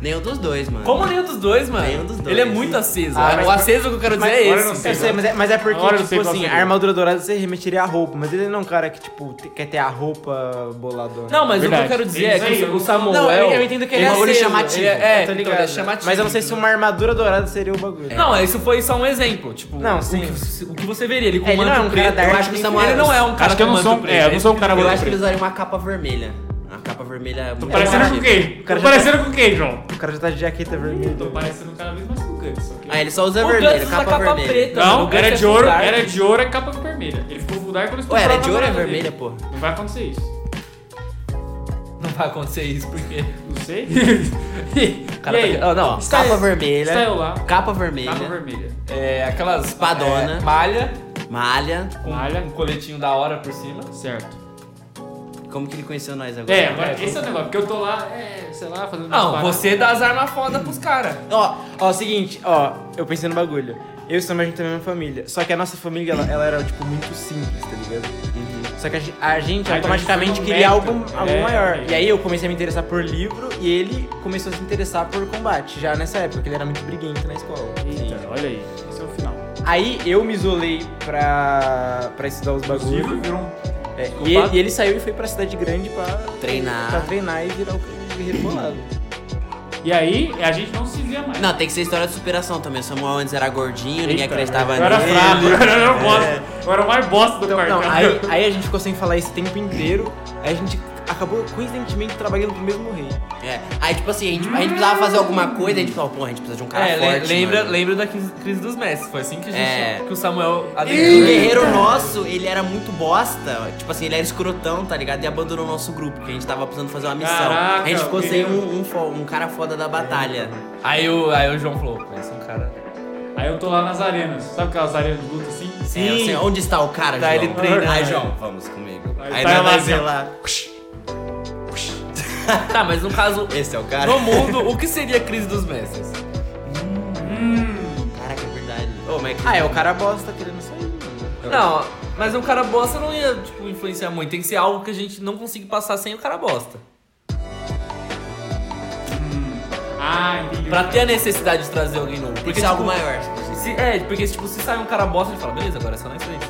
Nenhum dos dois, mano. Como nenhum dos dois, mano? Nenhum dos dois. Ele é muito aceso. Ah, O- mas- o aceso que eu quero dizer é agora eu não esse. sei. Eu sei, mas é, mas é porque, Agora eu sei tipo qual assim, seria. a armetiria dourada você remetiria a roupa, mas ele não é um cara que, tipo, te- quer ter a roupa boladona. Não, mas o Verdade. que eu quero dizer é Isso aí, que o eu- Samuel. Não, eu- eu entendo que ele é aceso, olho chamativo. ele é, é, Tá então, ligado? ele é chamativo. É. Mas eu não sei se uma armadura dourada seria o bagulho. É. Não, isso foi só um exemplo. Tipo, Não, o sim. que- o que você veria? Ele com É, ele manto não é um cara preto. da eu arte acho que o nem Samuel ele preto. não é um cara Acho que eu com não manto sou, preto. é, eu não sou um cara Eu muito acho que preto. eles usariam uma capa vermelha. Uma capa vermelha. é Tô muito parecendo com chata. quem? cara Tô já tá- parecendo com quem, João? O cara já tá de jaqueta vermelha. Tô parecendo cada vez mais com o Guts, só que- Ah, ele tá só usa O Guts vermelho, usa capa, capa vermelha. preta. o Não, Guts era é de ouro, full dark. era de ouro, é capa vermelha. Ele ficou vulgar quando Ué, era de ouro, é namorada vermelha, dele. pô. Não vai acontecer isso. Não vai acontecer isso, porque. Não sei. O e cara aí? tá. Ah, não. Está- Capa vermelha. está eu lá. Capa é vermelha. é Capa vermelha. É aquelas. Espadona. é, malha. Malha. Com Malha. um coletinho da hora por cima. Certo. Como que ele conheceu nós agora? É, agora esse é o negócio, porque eu tô lá, é, sei lá, fazendo umas Não, paradas. você dá as armas foda pros caras. Ó, ó, seguinte, ó, eu pensei no bagulho. Eu e o Samuel, a gente tem a mesma família. Só que a nossa família, ela, ela era, tipo, muito simples, tá ligado? Só que a gente, a gente Uhum. A automaticamente gente foi no queria método. algo, algo É, maior. é. E aí eu comecei a me interessar por livro e ele começou a se interessar por combate, já nessa época, porque ele era muito briguento na escola. Eita, olha aí. Esse é o final. Aí eu me isolei pra, pra estudar os bagulhos. virou um É, e, ele, e ele saiu e foi pra cidade grande pra Treinar. pra treinar e virar o guerreiro bolado. E aí, a gente não se via mais. Não, tem que ser história de superação também. O Samuel antes era gordinho, ninguém Eita, acreditava Eu era nele. É. fraco, eu era bosta. Eu era o mais bosta do Não, quartel. aí, aí a gente ficou sem falar esse tempo inteiro. Aí a gente acabou coincidentemente trabalhando pro mesmo rei. É. Aí, tipo assim, a gente, a gente precisava fazer alguma coisa, a gente falou, porra, a gente precisa de um cara É, le- forte. lembra, mano. lembra da crise crise dos mestres. Foi assim que a gente. É. Que o Samuel O aderiu. guerreiro nosso, ele era muito bosta. Tipo assim, ele era escrotão, tá ligado? E abandonou o nosso grupo, porque a gente tava precisando fazer uma missão. Caraca, a gente ficou sem guerreiro. um, um fo- um cara foda da batalha. Aí o, aí o João falou: "Pô, esse é um cara. Aí eu tô lá nas arenas. Sabe aquelas arenas de luta assim? É, eu sei, onde está o cara, Tá, João? ele treinando. Aí, João, vamos comigo. Aí Aí, tá nós lá, vai ver João. lá. Tá, mas no caso, Esse é o cara. no mundo, o que seria a crise dos mestres? Caraca, é verdade. Ô, mas Ah, é, o cara bosta querendo sair. Não, mas um cara bosta não ia, tipo, influenciar muito. Tem que ser algo que a gente não consiga passar sem o cara bosta. Ah, entendi. Pra ter a necessidade de trazer alguém novo. Tem Porque que ser algo tipo, maior. se- é, porque tipo, se sai um cara bosta, a gente fala, beleza, agora é só nós três.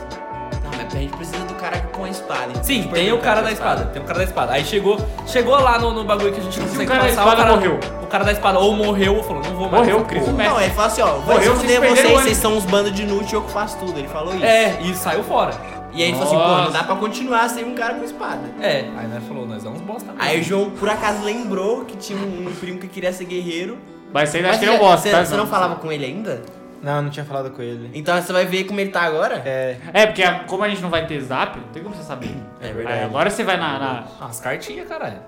Não, mas a gente precisa do cara com a espada. então. Sim, Super tem o cara com da a espada, tem o cara da espada. Aí chegou, chegou lá no, no bagulho que a gente não Se o consegue cara da passar, espada o cara morreu. O cara da espada ou morreu ou falou, não vou mais. Morreu, Cris. Pô. Não, ele fala assim, ó, vou Morreu, vocês esconder perderam vocês, ele. vocês são uns bandos de inútil, eu que faço tudo. Ele falou isso. É, e saiu fora. E aí ele falou assim, pô, não Nossa. dá pra continuar sem um cara com espada. É, aí nós falou, nós é uns bosta mesmo. Aí o João, por acaso, lembrou que tinha um um primo que queria ser guerreiro. Mas você ainda Mas acha que você- eu gosto, você, tá? você não falava com ele ainda? Não, eu não tinha falado com ele. Então você vai ver como ele tá agora? É. É, porque a- como a gente não vai ter zap, não tem como você saber. É Aí Ah, agora você vai na. na- Ah, As cartinhas, caralho.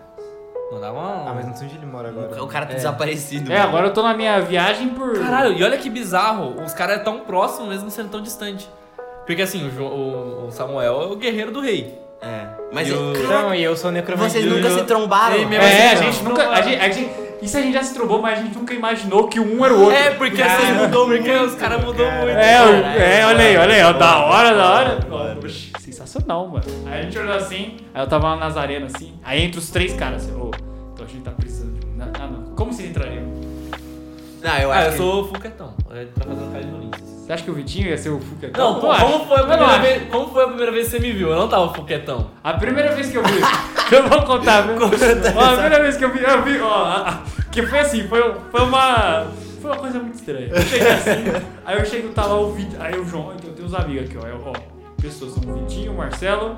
Mandava um- uma... Ah, mas não sei onde ele mora agora. O cara tá desaparecido. É, mano. agora eu tô na minha viagem por. Caralho, e olha que bizarro, os caras é tão próximos mesmo sendo tão distante. Porque assim, o, Jo- o- o Samuel é o guerreiro do rei. É. Mas E o- Caraca, Então, e eu sou necromante. vocês nunca se trombaram? Ei, meu- É, a Não, gente não nunca. A vai. gente, a gente- isso a gente já se trombou, mas a gente nunca imaginou que um era o outro. É, porque assim mudou muito. Porque os caras mudou muito. É, cara. o- é, olha aí, olha aí, ó, da hora, da hora. Oxi, Sensacional, mano. Aí a gente olhou assim, aí eu tava lá nas arenas assim, aí entra os três caras assim, ô, então a gente tá precisando. de- na- Ah, não. Como vocês entrariam? Não, eu Ah, acho eu que... sou o Fuquetão. Ele tá fazendo cara de Ulisses. Você acha que o Vitinho ia ser o Fuca? Não, eu acho. como foi, a Eu não primeira acho. vez, como foi a primeira vez que você me viu? Eu não tava Fuquetão. A primeira vez que eu vi. eu vou contar, viu? Ó, a primeira vez que eu vi, eu vi, ó. a- a- Que foi assim, foi, foi uma. Foi uma coisa muito estranha. Eu cheguei assim, aí eu cheguei, tava o vídeo. Aí o João, então eu tenho uns amigos aqui, ó. Eu, ó pessoas são o Vitinho, o Marcelo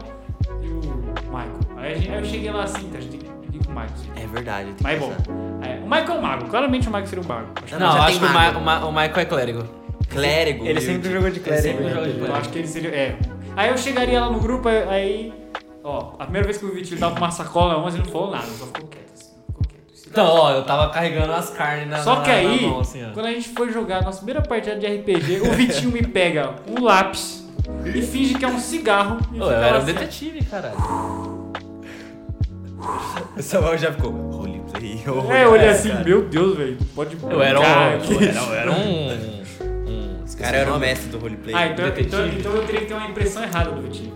e o Michael. Aí, a gente- aí eu cheguei lá assim, tá? A gente tem que ir com o Michael. assim. É verdade. tem Mas que bom. pensar. aí- o Michael é um mago, claramente o Michael seria um mago. Não, Não, já acho que tem o, mago. Ma- o Ma- o Michael é clérigo. Clérigo. Ele humilde. sempre jogou de sempre jogou de clérigo. Eu acho que ele seria. É. Aí eu chegaria lá no grupo, aí- aí. Ó, a primeira vez que eu vi ele tava com uma sacola, mas ele não falou nada, só ficou quieto assim, ficou quieto. Então, ó, eu tava carregando as carnes na Só na- que na aí, mão, assim, ó. quando a gente foi jogar a nossa primeira partida de RPG, o Vitinho me pega um lápis e finge que é um cigarro. E Ô, fica eu era lá um assim. detetive, caralho. é O Samuel já ficou... Holy play. holy É, eu olhei play, assim, cara. meu Deus, velho, pode Eu era um. brincar aqui. Eu era, eu era um. um- Esse cara era o mestre do roleplay. Ah, então, então, detetive. então eu teria que ter uma impressão errada do Vitinho.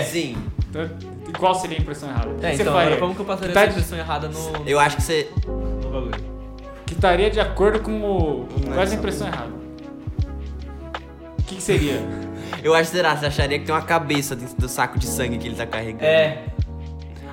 Sim. Então, e qual seria a impressão errada? O que É, você então, faria? agora como que eu passaria Tá essa de- impressão errada no, Eu acho que você... no bagulho? Que estaria de acordo com o. Não, Qual é a não. impressão errada? O que, que seria? Eu acho que será, você acharia que tem uma cabeça dentro do saco de sangue que ele tá carregando. É.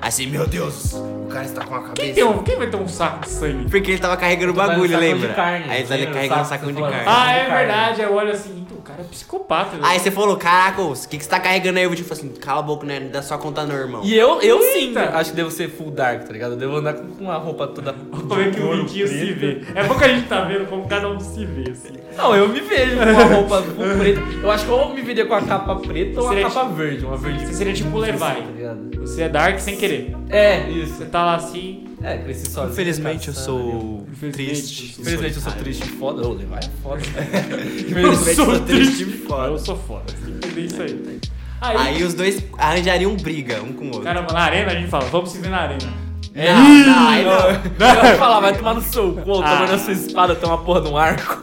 Assim, meu Deus, o cara está com a cabeça. Quem, tem um- quem vai ter um saco de sangue? Porque ele tava carregando o Tá carregando bagulho, sacão de lembra? carne, Aí ele tá lembra? carregando um Saco sacão de que você carne. Ah! falou. Ah, é Carne. verdade, eu olho assim, então, o cara é psicopata. né? Aí você falou, caraca, ô, o que, que você tá carregando aí? Eu tipo assim, cala a boca, né? Não dá só conta não, irmão. E eu, eu sim, né? Eita. acho que devo ser full dark, tá ligado? Eu devo andar com com uma roupa toda. Como é que o Ouro Vitinho se preto. vê? É bom que a gente tá vendo como cada um se vê, assim. Não, eu me vejo com uma roupa full preta. Eu acho que ou eu me veria com a capa preta ou a Seria capa verde. Uma verde. Você seria tipo o Levi, tá Levi. ligado? Você é Dark sem querer. É, isso. Você tá lá assim. É, cresci sozinho. Infelizmente eu caçando. sou Infelizmente, triste. né? Infelizmente eu sou triste e foda. Ô, Levi é foda. Eu Infelizmente. sou triste. e Foda. Eu foda. sou foda. Tem que entender isso aí. Aí Aí, os dois arranjariam briga um com o outro. caramba, na arena a gente fala, vamos se ver na arena. É, não, não, aí não. Eu ia falar, vai tomar no seu cu, Ah. tomar na sua espada, tem uma porra de um arco.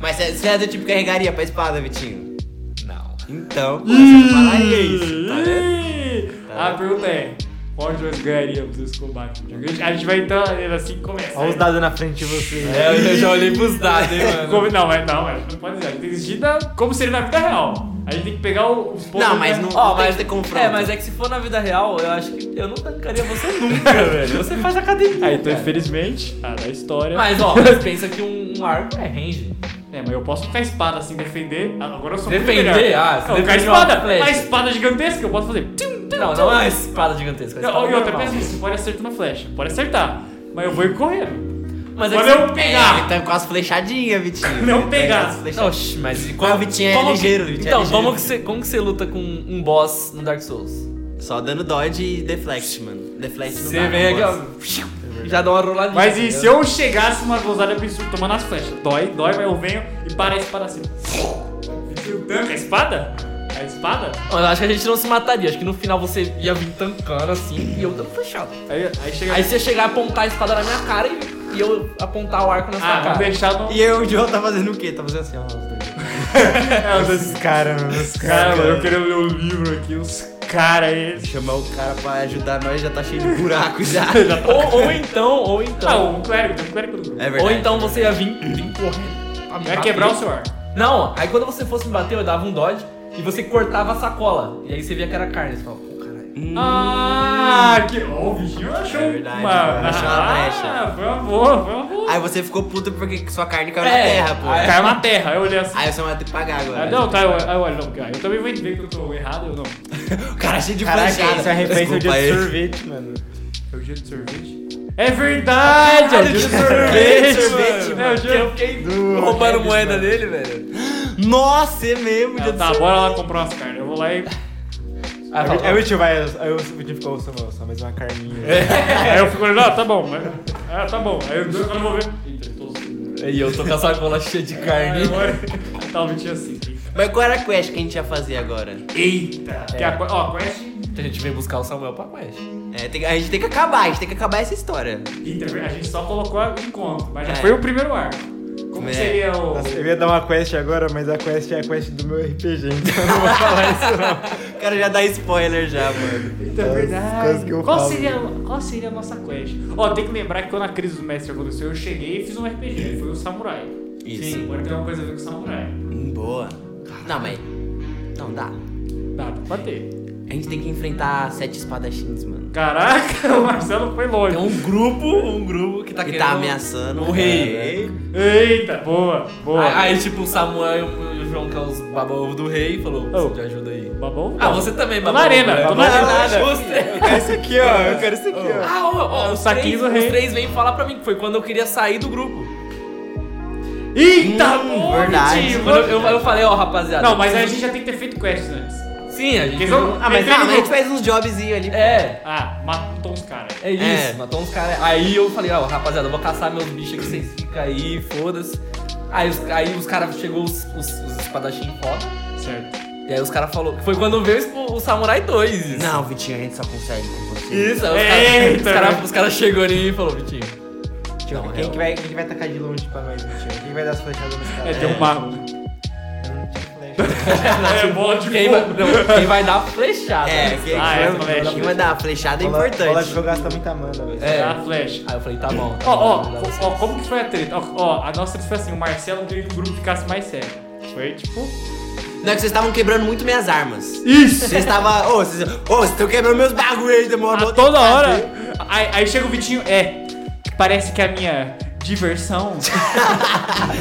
Mas você- você é do tipo que carregaria pra espada, Vitinho? Não. Então, pô, você não falaria isso, É. tá vendo? Ih, A pergunta é: qual de nós ganharíamos esse combate? A gente vai então na arena assim e começa. Olha os dados na frente de vocês. É, eu eu já olhei pros dados, hein, mano. Como- não, mas não, mas não pode ser. A gente tem que existir da- como seria na vida real. A gente tem que pegar o- os pontos. Não, mas da- não- Ó, tem mas que ter confronto. É, mas é que se for na vida real, eu acho que eu não tancaria você nunca, velho. Você faz academia. Ah, então cara. infelizmente, ah, da história. Mas ó, mas pensa que um, um arco é range. É, mas eu posso ficar espada assim, defender. Ah, Agora eu sou Defender? muito melhor. Ah, não, você eu defende quero espada. uma flecha. A espada gigantesca, eu posso fazer. Tum, tum, Não, não é uma espada gigantesca. é uma Não, espada e outra, normal. pensa nisso, você pode acertar na flecha, pode acertar, mas eu vou ir correndo. Mas é quando que você- eu pegar, Tá com as flechadinhas, Vitinho. Não Tá pegar. com as flechadinhas. Não, oxi, mas e Ah, o Vitinho é ligeiro, o Vitinho é Então, ligeiro. como que, você, como que você luta com um boss no Dark Souls? Só dando dodge e deflect, mano. Deflect não Você dá, vem não aqui, ó, gosto. e já dá uma roladinha. mas e se entendeu? eu chegasse uma gozada absurda tomando as flechas? Dói, dói, mas eu venho e para a espada assim. E eu tanco a espada? A espada? Mas eu acho que a gente não se mataria. Acho que no final você ia vir tancando assim e eu dando flechada. Aí, aí chega. Aí você ia chegar e apontar a espada na minha cara e, e eu apontar o arco na sua ah, vamos cara. deixar no. E eu, o João tá fazendo o quê? Tá fazendo assim, ó. os dois. É, os dois- Esses caras, mano. Esses Cara, caras. mano, eu queria ler o livro aqui, os caras aí. Chamar o cara pra ajudar nós já tá cheio de buraco já. tá. Ou, ou então, ou Ah, então. o clérigo, tem um clérigo do grupo. É verdade. ou então você ia vir, vir correndo. pra me Vai bater. quebrar o seu ar. Não, aí quando você fosse me bater, eu dava um dodge e você cortava a sacola. E aí você via que era carne. Você falava, pô, caralho. Ah, que. Ó, o bichinho achou É verdade, uma. achou uma Ah, brecha. foi uma boa, foi uma boa. Aí você ficou puto porque sua carne caiu na É, terra, pô. aí- Caiu na terra, aí eu olhei assim. Aí você vai ter que pagar Ah, agora. não, tá, eu, eu, olha, não, cara, eu também vou entender que eu tô errado ou não. O cara é cheio de Caraca, flechada. isso é referência ao dia Desculpa de aí. sorvete, mano. É o dia do sorvete? É verdade! É o dia do sorvete, sorvete! sorvete, mano. É o dia Eu fiquei roubando moeda dele, velho. Nossa, é mesmo, dia Ah, do Tá, sorvete. bora lá comprar umas carnes. Eu vou lá e. Ah, Aí eu Aí falava, o tio vai, aí o tio ficou, ouça, só mais uma carninha. Aí eu fico olhando, ah, tá bom, né? Ah, tá bom. Aí eu quando eu vou ver. Eita, tô zoando. É, E eu tô com a sacola cheia de Aí carne. agora. Talvez tinha assim. Mas qual era a quest que a gente ia fazer agora? Eita! Que a, ó, quest. A gente veio buscar o Samuel pra Quest. É, tem que- a gente tem que acabar, a gente tem que acabar essa história. Eita, a gente só colocou o encontro, mas já É. foi o primeiro arco. Como É. seria o. Nossa, eu ia dar uma quest agora, mas a quest é a quest do meu RPG, então eu não vou falar isso não. O cara já dá spoiler já, mano. Eita, as coisas que eu Qual falo. seria, qual seria a nossa quest? Ó, tem que lembrar que quando a crise do mestre aconteceu, eu cheguei e fiz um RPG, foi o samurai. Isso. Sim, agora tem uma coisa a ver com o samurai. Hum, Boa. Não, mas. Não dá. Dá pra bater. A gente tem que enfrentar sete espadachins, mano. Caraca, o Marcelo foi longe. Tem um grupo, um grupo que tá Que querendo... tá ameaçando. o rei. Eita, boa, boa. um- Aí, aí, tipo, o Samuel e o- e o João, que é os babão do rei, falou, Oh. "Você me ajuda aí. Babão? Ah, você também, Tô babão. na arena, tô na Babão, arena. Você. quero isso É aqui, ó. Eu quero isso aqui, ó. Ah, ó, ó, Ah, o os, saquinho três, do rei. os três vêm falar pra mim que foi quando eu queria sair do grupo. Eita, Hum, boa, verdade. Vitinho, Quando eu, eu, eu falei, ó, rapaziada. Não, mas aí a gente já tem que ter feito quests antes. Sim, a gente... Eles vão- Ah, mas, Entrei ah, no mas grupo. a gente fez uns jobzinhos ali. É, Ah, matou uns caras. é isso. É. Matou uns caras. Aí eu falei, ó, rapaziada, eu vou caçar meus bichos aqui, vocês ficam aí, foda-se. Aí os, aí os caras chegou os, os, os espadachim foda. Certo. E aí os caras falou Foi quando veio o, o Samurai 2. isso. Não, Vitinho, a gente só consegue com você. Isso, aí os Eita. caras os cara chegou em mim e falou, Vitinho. Tio, Não, quem, eu- que vai, quem que vai tacar de longe pra nós, tio? Quem vai dar as flechadas nos É, caras? tem um mago. Eu não tinha flecha. É, bola de Quem vai, não, quem vai dar flechada? É, quem Ah, é, flecha. quem vai dar a flechada é Bola- Bola de importante. jogo gasta muita mana, velho. É. A flecha. Aí eu falei, tá bom. tá Ó, bom, ó, vou dar você. ó, como que foi a treta? Ó, ó, a nossa treta foi assim, o Marcelo queria que o grupo ficasse mais sério. Foi tipo. Não é que vocês estavam quebrando muito minhas armas. Isso! Vocês estavam. Ô, vocês. Ô, vocês estão quebrando meus bagulho aí, demora A Ah, toda hora. Aí, aí chega o Vitinho, é. Parece que a minha diversão.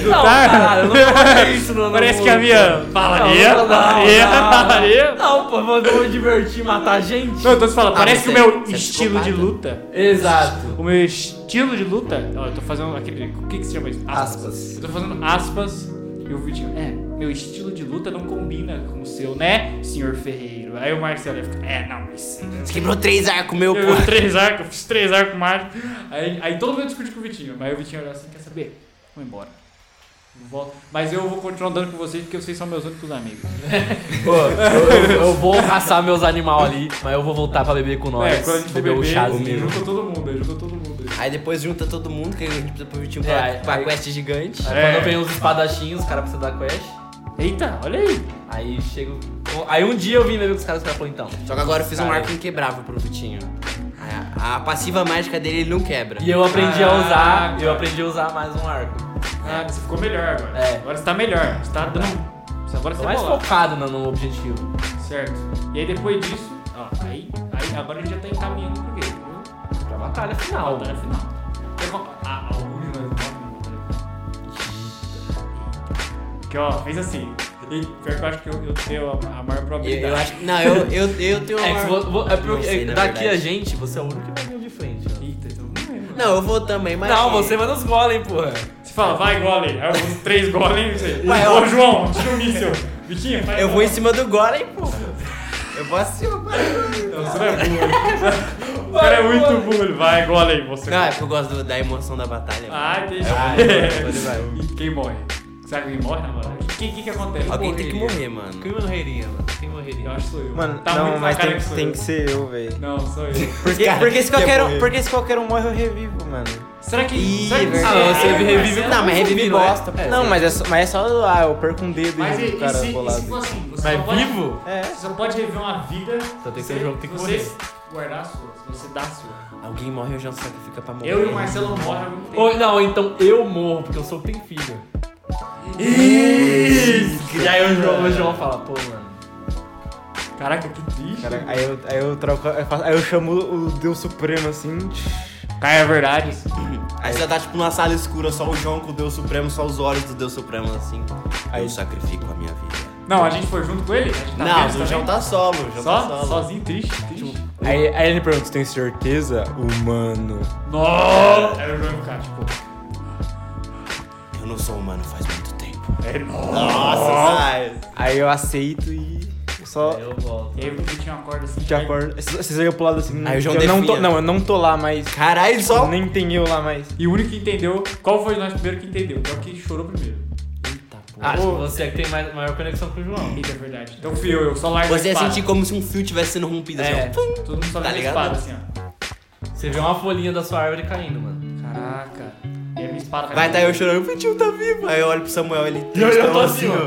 Não, Tá? caralho, eu não vou fazer isso, não. não Parece vou- que é a minha. Falaria, Não, não, não, falaria, não. falaria. Não, pô, vou, vou me divertir e matar gente. Não, eu tô te falando, Ah, parece que o mas meu você- você é estilo de psicopata. luta. Exato. O meu estilo de luta. Ó, eu tô fazendo aquele. O que que se chama isso? Aspas. Eu tô fazendo aspas e o Vitinho, é, meu estilo de luta não combina com o seu, né, senhor Ferreiro? Aí o Marcelo ia ficar, é, não, mas. Você quebrou três arcos, meu, Eu, pô. eu três arcos, eu fiz três arcos mais. Aí, aí todo mundo discute com o Vitinho, mas o Vitinho olha assim, quer saber? Vou embora. Não volto. Mas eu vou continuar andando com vocês porque vocês são meus únicos amigos. Pô, eu, eu- eu vou caçar meus animais ali, mas eu vou voltar pra beber com nós. é, quando a gente for beber o beber, chazinho. junta todo mundo, aí junta todo mundo. aí. Aí depois junta todo mundo, que a gente precisa pro Vitinho É, pra, aí- pra aí- quest gigante. Aí É. quando vem os espadachinhos, os caras precisam da quest. Eita, olha aí. Aí chego. Aí um dia eu vim beber com os caras e os caras falaram, então. Só que agora eu fiz um Cara, arco inquebrável pro Vitinho. A, a passiva mágica dele ele não quebra. E eu aprendi a usar. Caraca. Eu aprendi a usar mais um arco. Ah, tá. você ficou melhor agora. É. Agora você tá melhor. Você tá dando. você- Agora Tô você mais é bolado. focado no, no objetivo. Certo. E aí depois disso, ó, aí, aí agora a gente já tá encaminhando pro quê? Pro- Pra batalha Pra final. batalha final. Tem como- Ah, algum de nós morre na batalha final. Que ó, fez assim. E pior que eu acho que eu, eu tenho a, a maior Eu, eu probabilidade. acho que. Não, eu, eu, eu um tenho. É, que uma- vo- vo- é Não porque sei, na daqui a verdade. gente, você é o único que vai ganhar de frente. ó. Eita, então não lembro. Não, eu vou também, mas. assim, Não, assim, você vai nos golem, porra. Você fala, vai, golem. Aí eu uso três golem e você. Vai, Ô, ó. João, tira o míssil. Vitinho, faz Eu uma- vou em cima do Golem, pô. Eu vou assim, ó. Não, você não é burro. O cara é muito burro. Vai, golem, você. Não, é porque eu gosto do- da emoção da batalha. Ah, deixa. eu E quem morre? Será que alguém morre na moral? O que, que que acontece? Alguém tem que morrer, Quem mano. morreria, mano? Quem Eu morreria? acho que sou eu. Mano, tá não, muito mas na cara tem, que sou tem eu. que ser eu, velho. Não, sou eu. Porque, Cara, porque, se quer qualquer um, morrer. porque se qualquer um morre, eu revivo, mano. Será que. Ih, será que verdade. Ah, você Ah, revive mas será- é, Não, mas revive não é? bosta, pô. É. Não, mas é só, mas é só ah, eu perco um dedo Mas e e, o e cara se, e bolado. se for assim? Você Mas não pode, vivo? É. Você não pode rever uma vida. Então tem que se ser um jogo que tem que você guardar a sua. Se você dá a sua. Alguém morre, eu já sacrifica pra morrer. Eu e o Marcelo morrem ao mesmo tempo. Ou, não, então eu morro, porque eu sou o que tem filho. E aí é o João, o João fala, pô, mano. Caraca, que triste. Cara, aí eu, aí eu troco, eu faço- aí eu chamo o Deus Supremo assim. Cara, é verdade. Aí você tá tipo numa sala escura, só o João com o Deus Supremo, só os olhos do Deus Supremo assim. Aí eu sacrifico a minha vida. Não, a gente foi junto com ele? A gente tá feliz Não, o também? João tá solo, o João tá Só? solo. Sozinho, triste, triste. Aí, aí ele pergunta, você tem certeza? Humano. Nossa! Era o João ficar, tipo. Eu não sou humano faz muito tempo. É nossa! Nossa, sai. Aí eu aceito e só Aí É, eu volto. E aí o Vitinho acorda assim. te aí- acordo. Vocês olham pro lado assim. Aí o João eu não tô, definha. Não, eu não tô lá mais. Caralho, só. Nem tem eu lá mais. E o único que entendeu. Qual foi nós primeiro que entendeu? Que é o que chorou primeiro. Acho que você é que tem mais, maior conexão com o João. Eita, é verdade. Então fui eu, eu só largo a Você ia espada. sentir como se um fio tivesse sendo rompido assim. É. ó. Pum. Todo mundo só Tá vê a ligado? espada assim, ó. Você vê uma folhinha da sua árvore caindo, mano. Caraca. E a minha espada assim, Vai tá eu chorando, o tio tá vivo. Aí eu olho pro Samuel, ele. E eu- eu tô tá assim, ó. Tá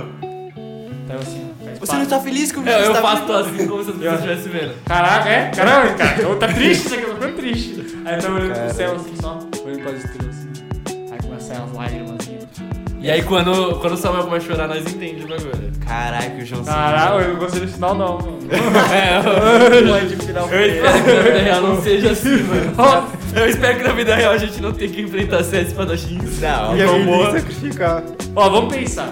eu assim, ó. com a Você não espada. tá feliz que o Eu, Vitinho eu tá faço vivo? assim como se você estivesse vendo. Caraca, é? Caramba, cara. Eu tá triste, isso aqui eu tô ficando triste. Aí eu tô olhando pro céu assim só. Olhando pras estrelas assim. Aí começa a sair as lágrimas assim. E aí quando, quando o Samuel começa a chorar, nós entendemos o bagulho. Caralho, que o João Caraca, eu não gostei do final não, mano. é Pode final É, Eu espero que na vida real não seja assim, mano. Eu espero que na vida real a gente não tenha que enfrentar sete espadachins. Não, E eu eu vou morro. sacrificar. Ó, vamos pensar.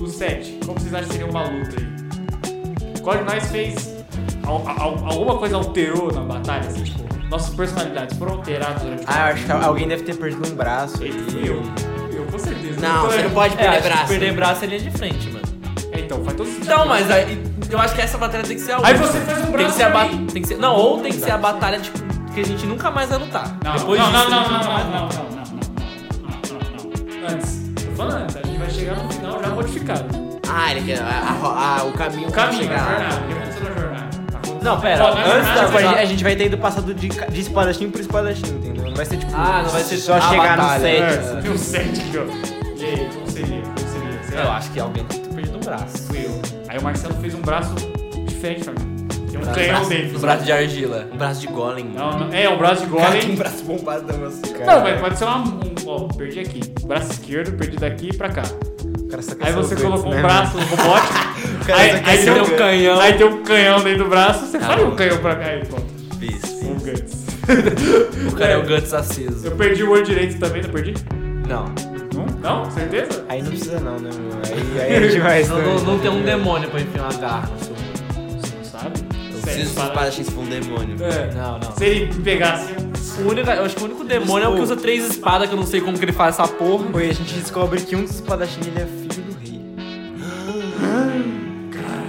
O 7, como vocês acham que seria uma luta aí? Qual de nós fez. al- al- alguma coisa alterou na batalha, assim, tipo, nossas personalidades foram alteradas durante Ah, eu batalha? acho que alguém deve ter perdido um braço aí. Eu, eu com certeza. Não, Então, você eu- não pode É, perder acho que braço. perder braço é linha de frente, mano. É, então, faz todo sentido. Então, mas aí, eu acho que essa batalha tem que ser a Aí última. você faz um Tem que braço ser a pra ba- mim. tem que ser- Não, ou tem que ser a batalha, tipo, que a gente nunca mais vai lutar. Não, Depois não, disso, não, não, a gente não, nunca mais não, não, não, não, não, não, não, não. Antes. Tô falando antes, a gente vai chegar no final já modificado. Ah, ele quer. a- a- a- o caminho. O pra caminho, é a chegar lá. jornada, o que aconteceu na jornada. Tá acontecendo- Não, pera, Ó, na antes jornada, da- você já- Tipo, a gente vai ter ido passado de, ca- de espadachim por espadachim, entendeu? Não vai ser tipo. Ah, não vai ser só a chegar batalha. no É, set. Viu o 7 aqui, ó. E aí, como seria? Como seria? lutar. Será? Eu acho que alguém tem que ter perdido um braço. Fui eu. Aí o Marcelo fez um braço diferente pra mim. Que é um Braço- canhão braço- dele. braço de argila. Um braço de golem. mano. Não, não- é, um braço de Cara, tem um golem. braço bombado da nossa cara. Não, mas pode ser uma- um. Ó, perdi aqui. Braço esquerdo, perdi daqui pra cá. O cara só quer Aí ser você os dois, colocou né, um mano? é braço robótico. cara aí, só quer aí tem ser um um canhão. canhão. Aí tem um canhão dentro do braço. Você Tá faria bom. um canhão pra cá. Aí, pronto. Fiz, Um fiz. Guts. O cara é o Guts aceso. Eu perdi o olho direito também, não perdi? Não. Não? Não? Certeza? Aí não precisa não, né, mano? Aí, aí é demais. Não, não, também. não tem um demônio pra enfiar uma garra no seu. Você não sabe? Eu Sério, preciso dos para- espadachins pra um demônio. É. Não, não. Se ele me pegasse. O único, eu acho que o único demônio é o que usa três espadas, que eu não sei como que ele faz essa porra. Pô, e a gente descobre que um dos espadachim ele é filho do rei.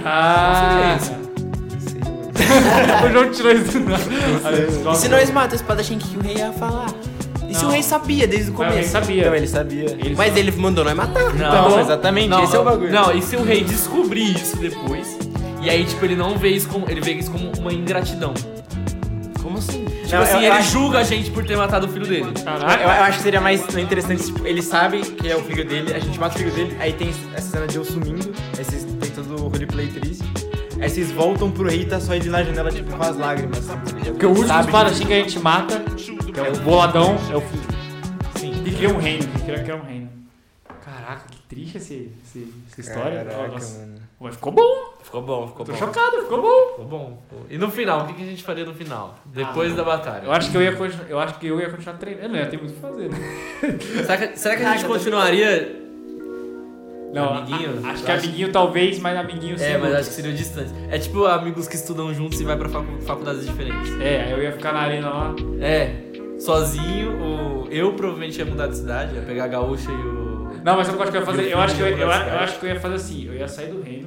Ah, Não sei, Então, mano. o João tirou isso do nada. E se nós mata o espadachim, o que que o rei ia falar? E se Não. o rei sabia desde o Mas eu nem começo? sabia. Então ele sabia. Ele- Mas ele mandou nós matar. Não, Então, exatamente, Tá não, esse é o bagulho. Não, e se o rei descobrir isso depois, e aí, tipo, ele não vê isso como. Ele vê isso como uma ingratidão. Tipo Como assim? Não, assim, eu- ele eu acho- julga a gente por ter matado o filho dele. Eu, eu Caraca. acho que seria mais interessante, tipo, ele sabe que é o filho dele, a gente mata o filho dele, aí tem essa cena de eu sumindo, aí vocês tem todo o roleplay triste, aí vocês voltam pro rei e tá só ele na janela, tipo, com as lágrimas. Assim, Porque o último espadachim que a gente mata, que é o boladão, é o filho. Sim. E cria um reino, que cria, cria um reino. Caraca, que triste esse, esse- essa história. Ó, nossa. Mas ficou bom, Ficou bom, ficou tô chocado, ficou bom. Ficou bom. ficou. E no final, o que que a gente faria no final? Ah, Depois da batalha. Eu acho que eu ia, continu- eu acho que eu ia continuar treinando. Eu não ia ter muito o que fazer, né? Será que, será que a gente continuaria Não, Amiguinho? a- acho Eu que acho- amiguinho talvez, mas amiguinho sim. É, mas acho que seria distância. É tipo amigos que estudam juntos e vai pra facu- faculdades diferentes. É, eu ia ficar na arena lá. É, sozinho, o... eu provavelmente ia mudar de cidade, ia pegar a gaúcha e o. Não, mas sabe o que eu acho que eu ia fazer? Eu acho que eu, eu- eu Cara. acho que eu ia fazer assim, eu ia sair do reino,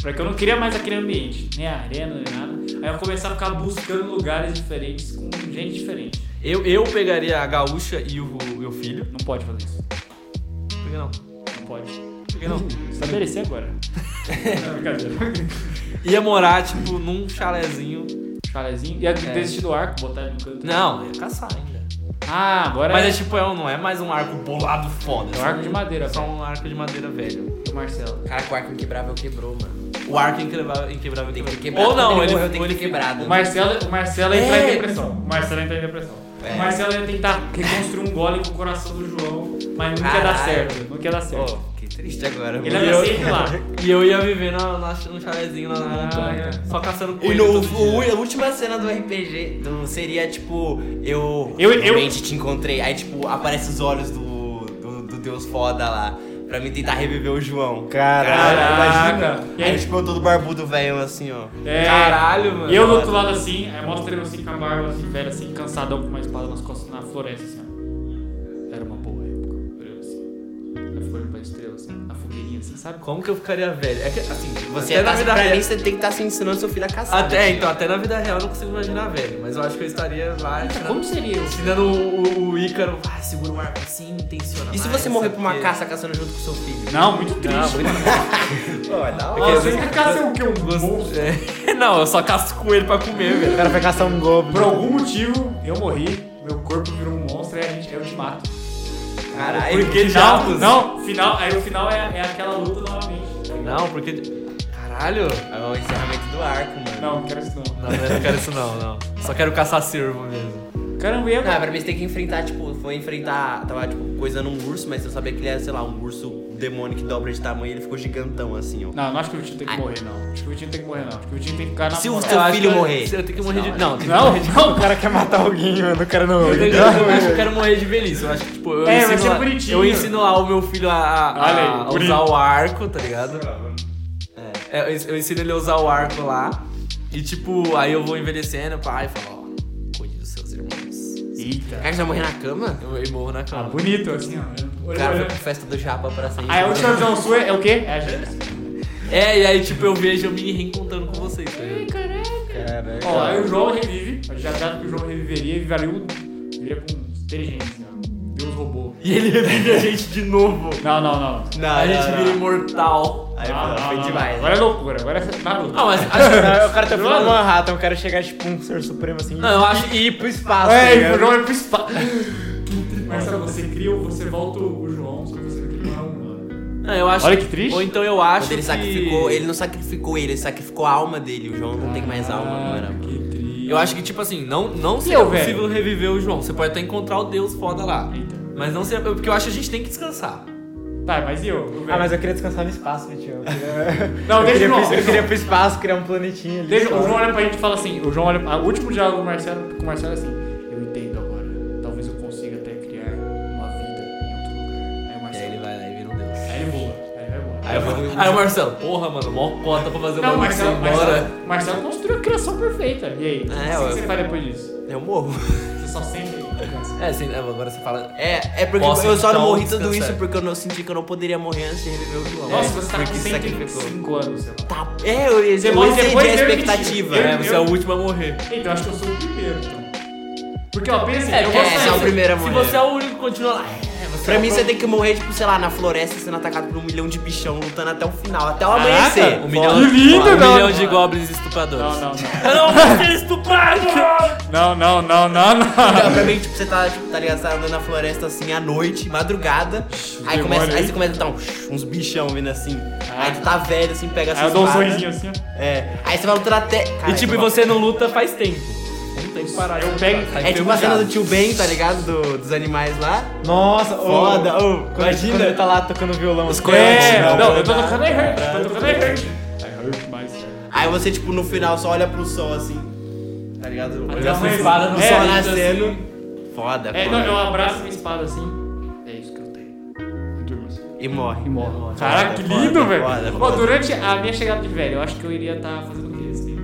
porque eu não queria mais aquele ambiente, nem a arena, nem nada. Aí eu ia começar a ficar buscando lugares diferentes com gente diferente. Eu, eu pegaria a gaúcha e o e o filho. Não pode fazer isso. Por que não? Não pode. Por que não? Estabelecer agora. Não, brincadeira. Ia morar, tipo, num chalézinho. Chalezinho. É. Ia desistir do arco, botar ele no canto. Não, ia caçar ainda. Ah, agora Mas é. é tipo, é, um- não é mais um arco bolado foda. É um arco de madeira, É só um arco de madeira velho. do Marcelo. Cara, o arco inquebrável quebrou, mano. O arco é inquebrável, inquebrável Tem que quebrar. quebrou. Ou não, quando ele, morreu, ou tem ele que quebrar. O Marcelo, o Marcelo entra É. em depressão. O Marcelo entra em depressão. É. O Marcelo ia tentar reconstruir um gole com o coração do João, mas nunca ia dar Caralho. certo. Nunca ia dar certo. Ô, que triste agora, Ele mano. anda eu- sempre lá. E eu ia viver na, na, num chalézinho lá na montanha, Ah, é. só caçando E no, coelho. todo dia. o- a última cena do RPG do, seria tipo, eu, Eu- eu- realmente te encontrei. Aí, tipo, aparece os olhos do, do, do Deus foda lá. Pra mim tentar reviver o João. Caraca. imagina. Aí, tipo, eu todo barbudo velho assim, ó. É. Caralho, mano. E eu do outro lado assim, aí mostra ele assim com a barba assim, velho, assim, cansadão com uma espada nas costas na floresta, assim, ó. Era uma boa época. Olhando assim. Aí foi pra estrela, assim, na fogueirinha, assim, sabe? Como que eu ficaria velho? É que, assim, Você até tá, na vida pra real. mim, você tem que estar se ensinando seu filho a caçar. né? Até, tio. então, até na vida real eu não consigo imaginar velho, mas eu acho que eu estaria lá. ensinando- Como seria isso? Ensinando o, o, o Ícaro, ah, segura o arco assim, intenciona. E se mais, você morrer sabe por uma quê? Ah, caça caçando junto com seu filho? Não, muito triste. Pô, é da hora. Ó, você quer caçar o quê? Um monstro? É. Não, eu só caço coelho pra comer, velho. O cara vai caçar um goblin. Por algum motivo, eu morri, meu corpo virou um monstro e a gente, eu te mato. Caralho. Por que Final, diabos? não, final, aí o final é, é aquela luta novamente. Não, porque. Caralho! É o encerramento do arco, mano. Não, não quero isso não. Não, eu não quero isso não, não. Só quero caçar cervo mesmo. Caramba, e agora? Não, é pra mim você tem que enfrentar, tipo, foi enfrentar, tava, tipo, coisando um urso, mas eu sabia que ele era, sei lá, um urso demônio que dobra de tamanho e ele ficou gigantão, assim, ó. Não, não acho que o Vitinho tem que morrer, não. Acho que o Vitinho tem que morrer, não. Acho que o Vitinho tem que ficar na Se moral. Seu Eu acho filho que eu- morrer. Eu tenho que morrer de. Não, eu tenho que Não, morrer de. não, O cara quer matar alguém, mano. O cara não. Eu, tenho que- eu acho que eu quero morrer de velhice, eu acho que, tipo, eu É, vai ensino, ser lá- bonitinho. eu ensino lá o meu filho a, a- a- Olha aí, a bonito. usar o arco, tá ligado? É, eu ens- eu ensino ele a usar o arco lá, e tipo, aí eu vou envelhecendo, pai, e falo, ó, cuide dos seus irmãos. Eita. Cara, você vai morrer na cama? Eu, eu morro na Ah, cama. bonito, assim, ó. Olha, Cara, foi olha. pra festa do Japa pra né? sair. Aí a última visão sua é o quê? É a gente. É, e aí, tipo, eu vejo eu me reencontrando com vocês, tá ligado? É, Ó, aí o João revive. A gente já sabe que o João reviveria e viraria um... Viria com inteligência, assim, ó. Deus roubou. E ele revive a gente de novo. Não, não, não. Não, a não, gente não. vira imortal. Aí Não, foi, não, foi não. demais. né? Agora é loucura, agora é Naruto. Ah, mas Não, o cara tá Eu falando não- Manhattan, o cara chegar tipo um ser supremo assim. Não, eu acho E que. ir pro espaço. tá É, e ligado? o João é pro espaço. Marcelo, você cria, ou você volta o João, só que você cria um humano. Não, Ah, eu acho Olha que triste. Ou então eu acho. Quando ele que- sacrificou, ele não sacrificou ele, ele sacrificou a alma dele. O João não tem mais alma Ah. agora. mano. Ah, Que triste. Eu acho que, tipo assim, não, não seria eu, velho? possível reviver o João. Você pode até encontrar o Deus foda lá. Eita. Mas não seria. Porque eu acho que a gente tem que descansar. Tá, mas e eu? Ah, mas eu queria descansar no espaço, Vitinho. Eu queria- Não, eu deixa queria o João. pro- Eu queria pro espaço, criar um planetinho ali. Deixa, o só. João olha pra gente e fala assim, o João olha. O último diálogo do Marcelo, com o Marcelo é assim, eu entendo agora. Talvez eu consiga até criar uma vida em outro lugar. Aí o E aí Marcelo. ele vai lá e vira um Deus. Aí ele voa. Aí ele vai voar. Aí, eu falo- aí o Marcelo, porra, mano, mó cota pra fazer não, uma o Marcelo, Marcelo, embora. Marcelo, Marcelo construiu a criação perfeita. E aí? o que É, que eu- você faz depois disso? Eu morro. Você só sente cansa. É, sim, é, agora você fala. É, é porque Posso eu só não então morri tudo descansar. isso porque eu não senti que eu não poderia morrer antes de reviver o João. Nossa, você tá com porque É, sacrificou. 105 anos, sei lá. Tá- É, eu, eu, Você morre excedi depois a de eu expectativa. mentir. É, você é o último a morrer. Então acho que eu sou o primeiro, então. Porque, ó, pensa assim, eu porque vou essa é o sair. primeiro a Se morrer. você é o único que continua lá. É, você Pra é o mim, próximo. você tem que morrer, tipo, sei lá, na floresta, sendo atacado por um milhão de bichão, lutando até o final, até o Caraca, amanhecer. Um milhão, Que lindo, um não. milhão de goblins estupradores. Não, não, não. Eu não vou ser estuprado! Não, não, não, não, não. Não, pra mim, tipo, você tá, tipo, tá ligado? Você tá andando na floresta assim à noite, madrugada. Aí, demônio começa, aí aí. você começa a dar um- uns bichão vindo assim. Ah. Aí tu tá velho, assim, pega Aí essa eu dou um espada. sorrisinho assim, ó. É. Aí você vai lutando até. Caralho, E tipo, e tá bom. você não luta faz tempo. Não tem que parar. Eu é pego- É tipo a Tá cena enferrujado. do tio Ben, tá ligado? Do- dos animais lá. Nossa, ô, Foda, ô, quando- imagina. Quando ele tá lá tocando violão. assim, coiotes, né? É, não, não, não eu tô dá. tocando I Hurt, tô tocando I Hurt. I Hurt mais, cara. Aí você, tipo, no final só olha pro sol assim. Tá ligado? Olha a pro sua mãe- espada no sol é, sol isso, nascendo. assim. Foda, É, foda. não, eu abraço minha espada assim. É isso que eu tenho. E durmo assim. E morre. e morre. Foda, Caraca, que foda, lindo, velho. foda, Pô, foda. Durante a minha chegada de velho, eu acho que eu iria estar fazendo o quê? Assim?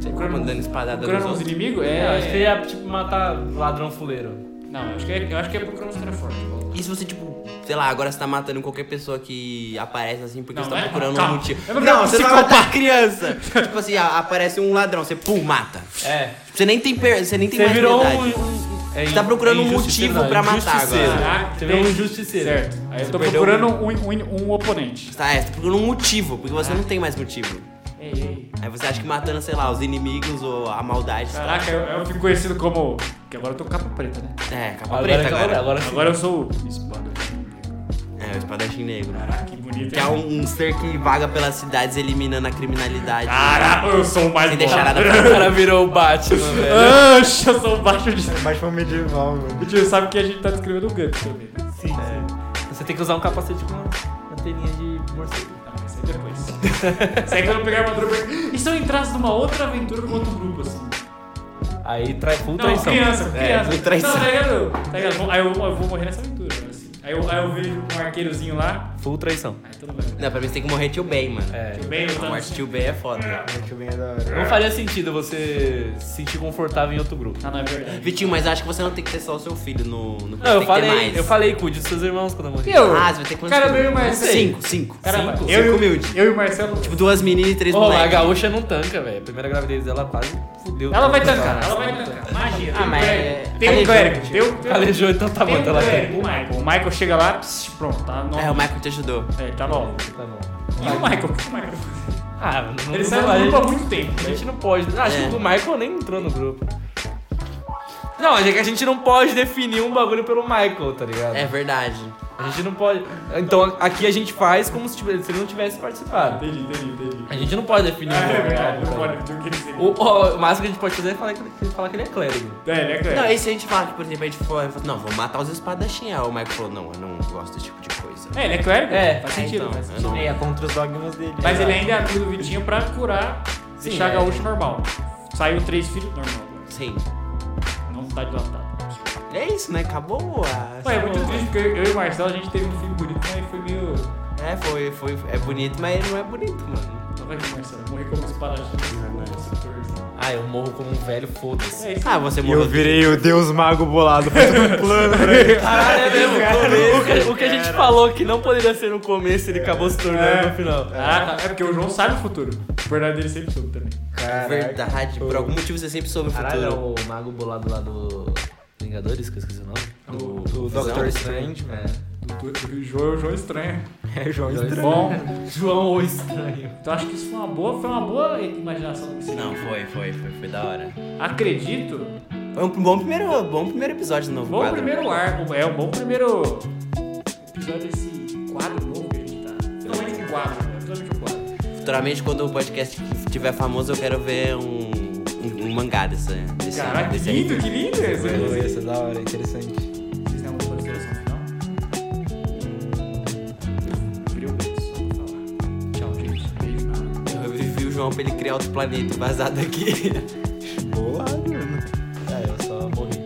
Você fica mandando espadada nos Procurando uns outros. inimigos? É, É, eu acho que você ia, tipo, matar ladrão fuleiro. Não, eu acho que é, eu acho que é procurando os caras fortes. E se você, tipo, sei lá, agora você tá matando qualquer pessoa que aparece assim porque Não, você tá não é- procurando um calma. motivo. Eu vou virar Não, um você não vai psicopata. matar criança. tipo assim, a- aparece um ladrão, você pum, mata. É. Você nem tem, per... você nem tem Você mais virou um. piedade. um- é Você tá procurando um injusticeiro, motivo pra não, matar agora. injusticeiro. Caraca, Você virou um tem- injusticeiro. Certo. Aí eu tô perdeu procurando um, um- um oponente. Você tá, é, você tá procurando um motivo, porque É. você não tem mais motivo. Ei, ei. Aí você acha que matando, sei lá, os inimigos ou a maldade. tá? Caraca, eu, eu fico conhecido como. Que agora eu tô capa preta, né? É, capa Agora, preta agora, agora. agora, é sim. Agora eu sou o espada. É, o espadachim negro. Que bonito. Que é hein? um, um ser que vaga pelas cidades eliminando a criminalidade. Caraca, eu sou o mais Sem deixar nada pra O cara virou o Batman, velho. Oxe, eu sou baixo de. Baixo foi um medieval, mano. Tio, sabe que a gente tá descrevendo o Guts também. né? Sim, sim. Você tem que usar um capacete com uma anteninha de morcego. Tá, mas isso aí depois. Isso aí quando eu pegar uma trupe. E se eu entrasse numa outra aventura com outro grupo, assim? Aí trai full Não, traição. criança, criança. de É, traição. Não, tá ligado? Tá ligado? Bom, Aí eu, eu vou morrer nessa aventura, assim. Aí eu, aí eu vejo um arqueirozinho lá. Full traição. Aí tudo bem. Não, pra mim você tem que morrer tio Ben, mano. É. Tudo bem, A lutando morte assim. tio Ben é foda. Muito bem, é da hora. Não faria sentido você se sentir confortável em outro grupo. Ah, não, é verdade. Vitinho, mas acho que você não tem que ter só o seu filho no. no Não, eu tem que ter falei, mais. eu falei, cuide dos seus irmãos quando eu morrer. Eu? Ah, você vai ter quantos Cara, filhos? eu e o Marcelo. Cinco, cinco. Caramba, cinco? eu, cinco e humilde. o- eu e o Marcelo. Tipo, duas meninas e três Ô, a moleques. gaúcha não tanca, velho. Primeira gravidez dela quase fudeu. né, Ela vai tancar, ela vai tancar. Imagina. Ah, mas é- Tem um clérigo. Tem um Calejou, então tá bom, Tem um então ela clérigo, o tanca. Michael. O Michael chega lá, pss, pronto, tá no. É, o Michael te ajudou. É, tá novo. Tá bom. E o Michael? O que o Michael faz? Ah, não, não, Ele saiu vai, do grupo há gente- muito tempo. né? A gente não pode. Ah, acho É. que o Michael nem entrou no grupo. Não, é que a gente não pode definir um bagulho pelo Michael, tá ligado? É verdade. A gente não pode. Então aqui a gente faz como se, tivesse- se ele não tivesse participado. Entendi, entendi, entendi. A gente não pode definir um Ah, é bagulho. verdade, não tá ligado? pode, tu quer dizer. O, o, o máximo que a gente pode fazer é falar que, ele- falar que ele é clérigo. É, né, Não, cara? aí se a gente fala que, por exemplo, a gente falou, não, vou matar os espadachim. Aí o Michael falou, não, eu não gosto desse tipo de coisa. É, ele é clérigo. É, faz é, sentido, então, faz é sentido. normal. É, contra os dogmas dele. Mas ele é ainda acuda o Vitinho pra curar, Sim, deixar é. gaúcho normal. Saiu três filhos normal. Sim. Não tá dilatado. É isso, né? Acabou a. Ué, é muito triste porque eu e o Marcelo a gente teve um filho bonito, mas foi meio. É, foi, foi. É bonito, mas não é bonito, mano. Tava aqui, Marcelo. Morri como espadachim. né? Ah, eu morro como um velho, foda-se. É isso. Ah, você E eu morreu. virei o Deus Mago bolado. Foi tudo um plano pra ele. Caralho, é mesmo. O que, o que a gente falou que não poderia ser no começo, ele acabou se tornando no final. Ah, tá. É porque o João sabe o futuro. O verdade dele sempre soube também. Verdade. Por algum motivo você sempre soube o Caralho, é futuro. o mago bolado lá do Vingadores, que eu esqueci o nome. O Doctor Strange, mano. O o João é o João estranho. É João Dois- Estranho. Bom, João ou Estranho. então acho que isso foi uma boa, foi uma boa imaginação do Não, foi, foi, foi, foi da hora. Acredito. Foi um bom primeiro, bom primeiro episódio do novo Bom quadro. primeiro arco. É um bom primeiro episódio desse quadro novo que a gente tá. Finalmente um quadro. né? Finalmente um quadro. Futuramente, quando o podcast estiver famoso, eu quero ver um, um, um mangá dessa. Desse, Caraca, é que desse lindo, que lindo esse. Isso é da hora, é interessante. Vocês têm alguma consideração final? Abriu o peito só pra falar. Tchau, gente. Beijo na Eu revivi o João pra ele criar outro planeta vazado aqui. Bolado, mano. É, eu só morri.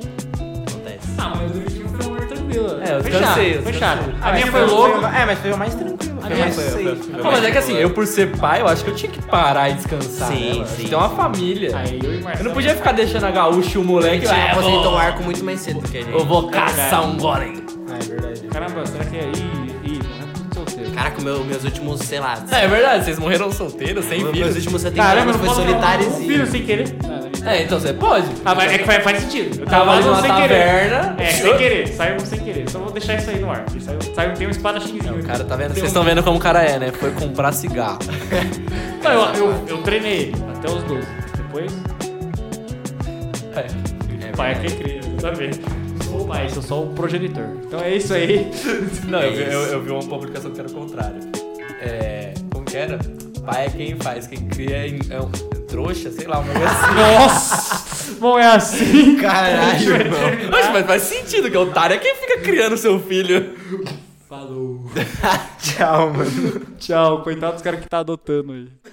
Acontece. Ah, mas o vídeo foi amor tranquilo. É, eu Foi cansei, chato, eu Foi cansei. chato. Ah, A minha mas foi foi- louca. É, mas foi o mais tranquilo. Foi o mais É, Foi, safe. Ah, mas é que assim, eu por ser pai, eu acho que eu tinha que parar e descansar. Sim, né, mano? sim, Tem uma sim. família. Aí eu e o Eu não podia ficar deixando a gaúcha e o moleque. Tinha É Ah, eu, aposentado o vou, arco muito mais cedo que a gente. eu vou caçar um golem. Ah, é verdade. Caramba, será que é. Ih, ih, não é tudo solteiro. Caraca, meu, meus últimos, sei lá. É, é verdade, vocês morreram solteiros, sem meus filhos. últimos 70 anos foi solitários Um e. filho sem querer. É, então você pode. Ah, mas é que faz, faz sentido. Eu Tava tava numa lá sem querer. taverna. É, sem querer, saiu sem querer. Só vou deixar isso aí no ar. Saiu, saiu, tem um espadachinzinho. O cara tá vendo? Tem Vocês um- estão vendo como o cara é, né? Foi comprar cigarro. Não, eu, eu, eu treinei ele até os 12. Depois, É. assim. pai é quem cria, exatamente. Sou o pai, sou só o progenitor. Então é isso aí. Não, eu, vi, eu- eu vi uma publicação que era o contrário. É. Como que era? Pai é quem faz, quem cria é, é um trouxa, sei lá, um negócio assim. Nossa! Bom, é assim. Caralho, irmão. Mas, mas faz sentido que otário é quem fica criando seu filho. Falou. Tchau, mano. Tchau, coitado dos caras que tá adotando aí.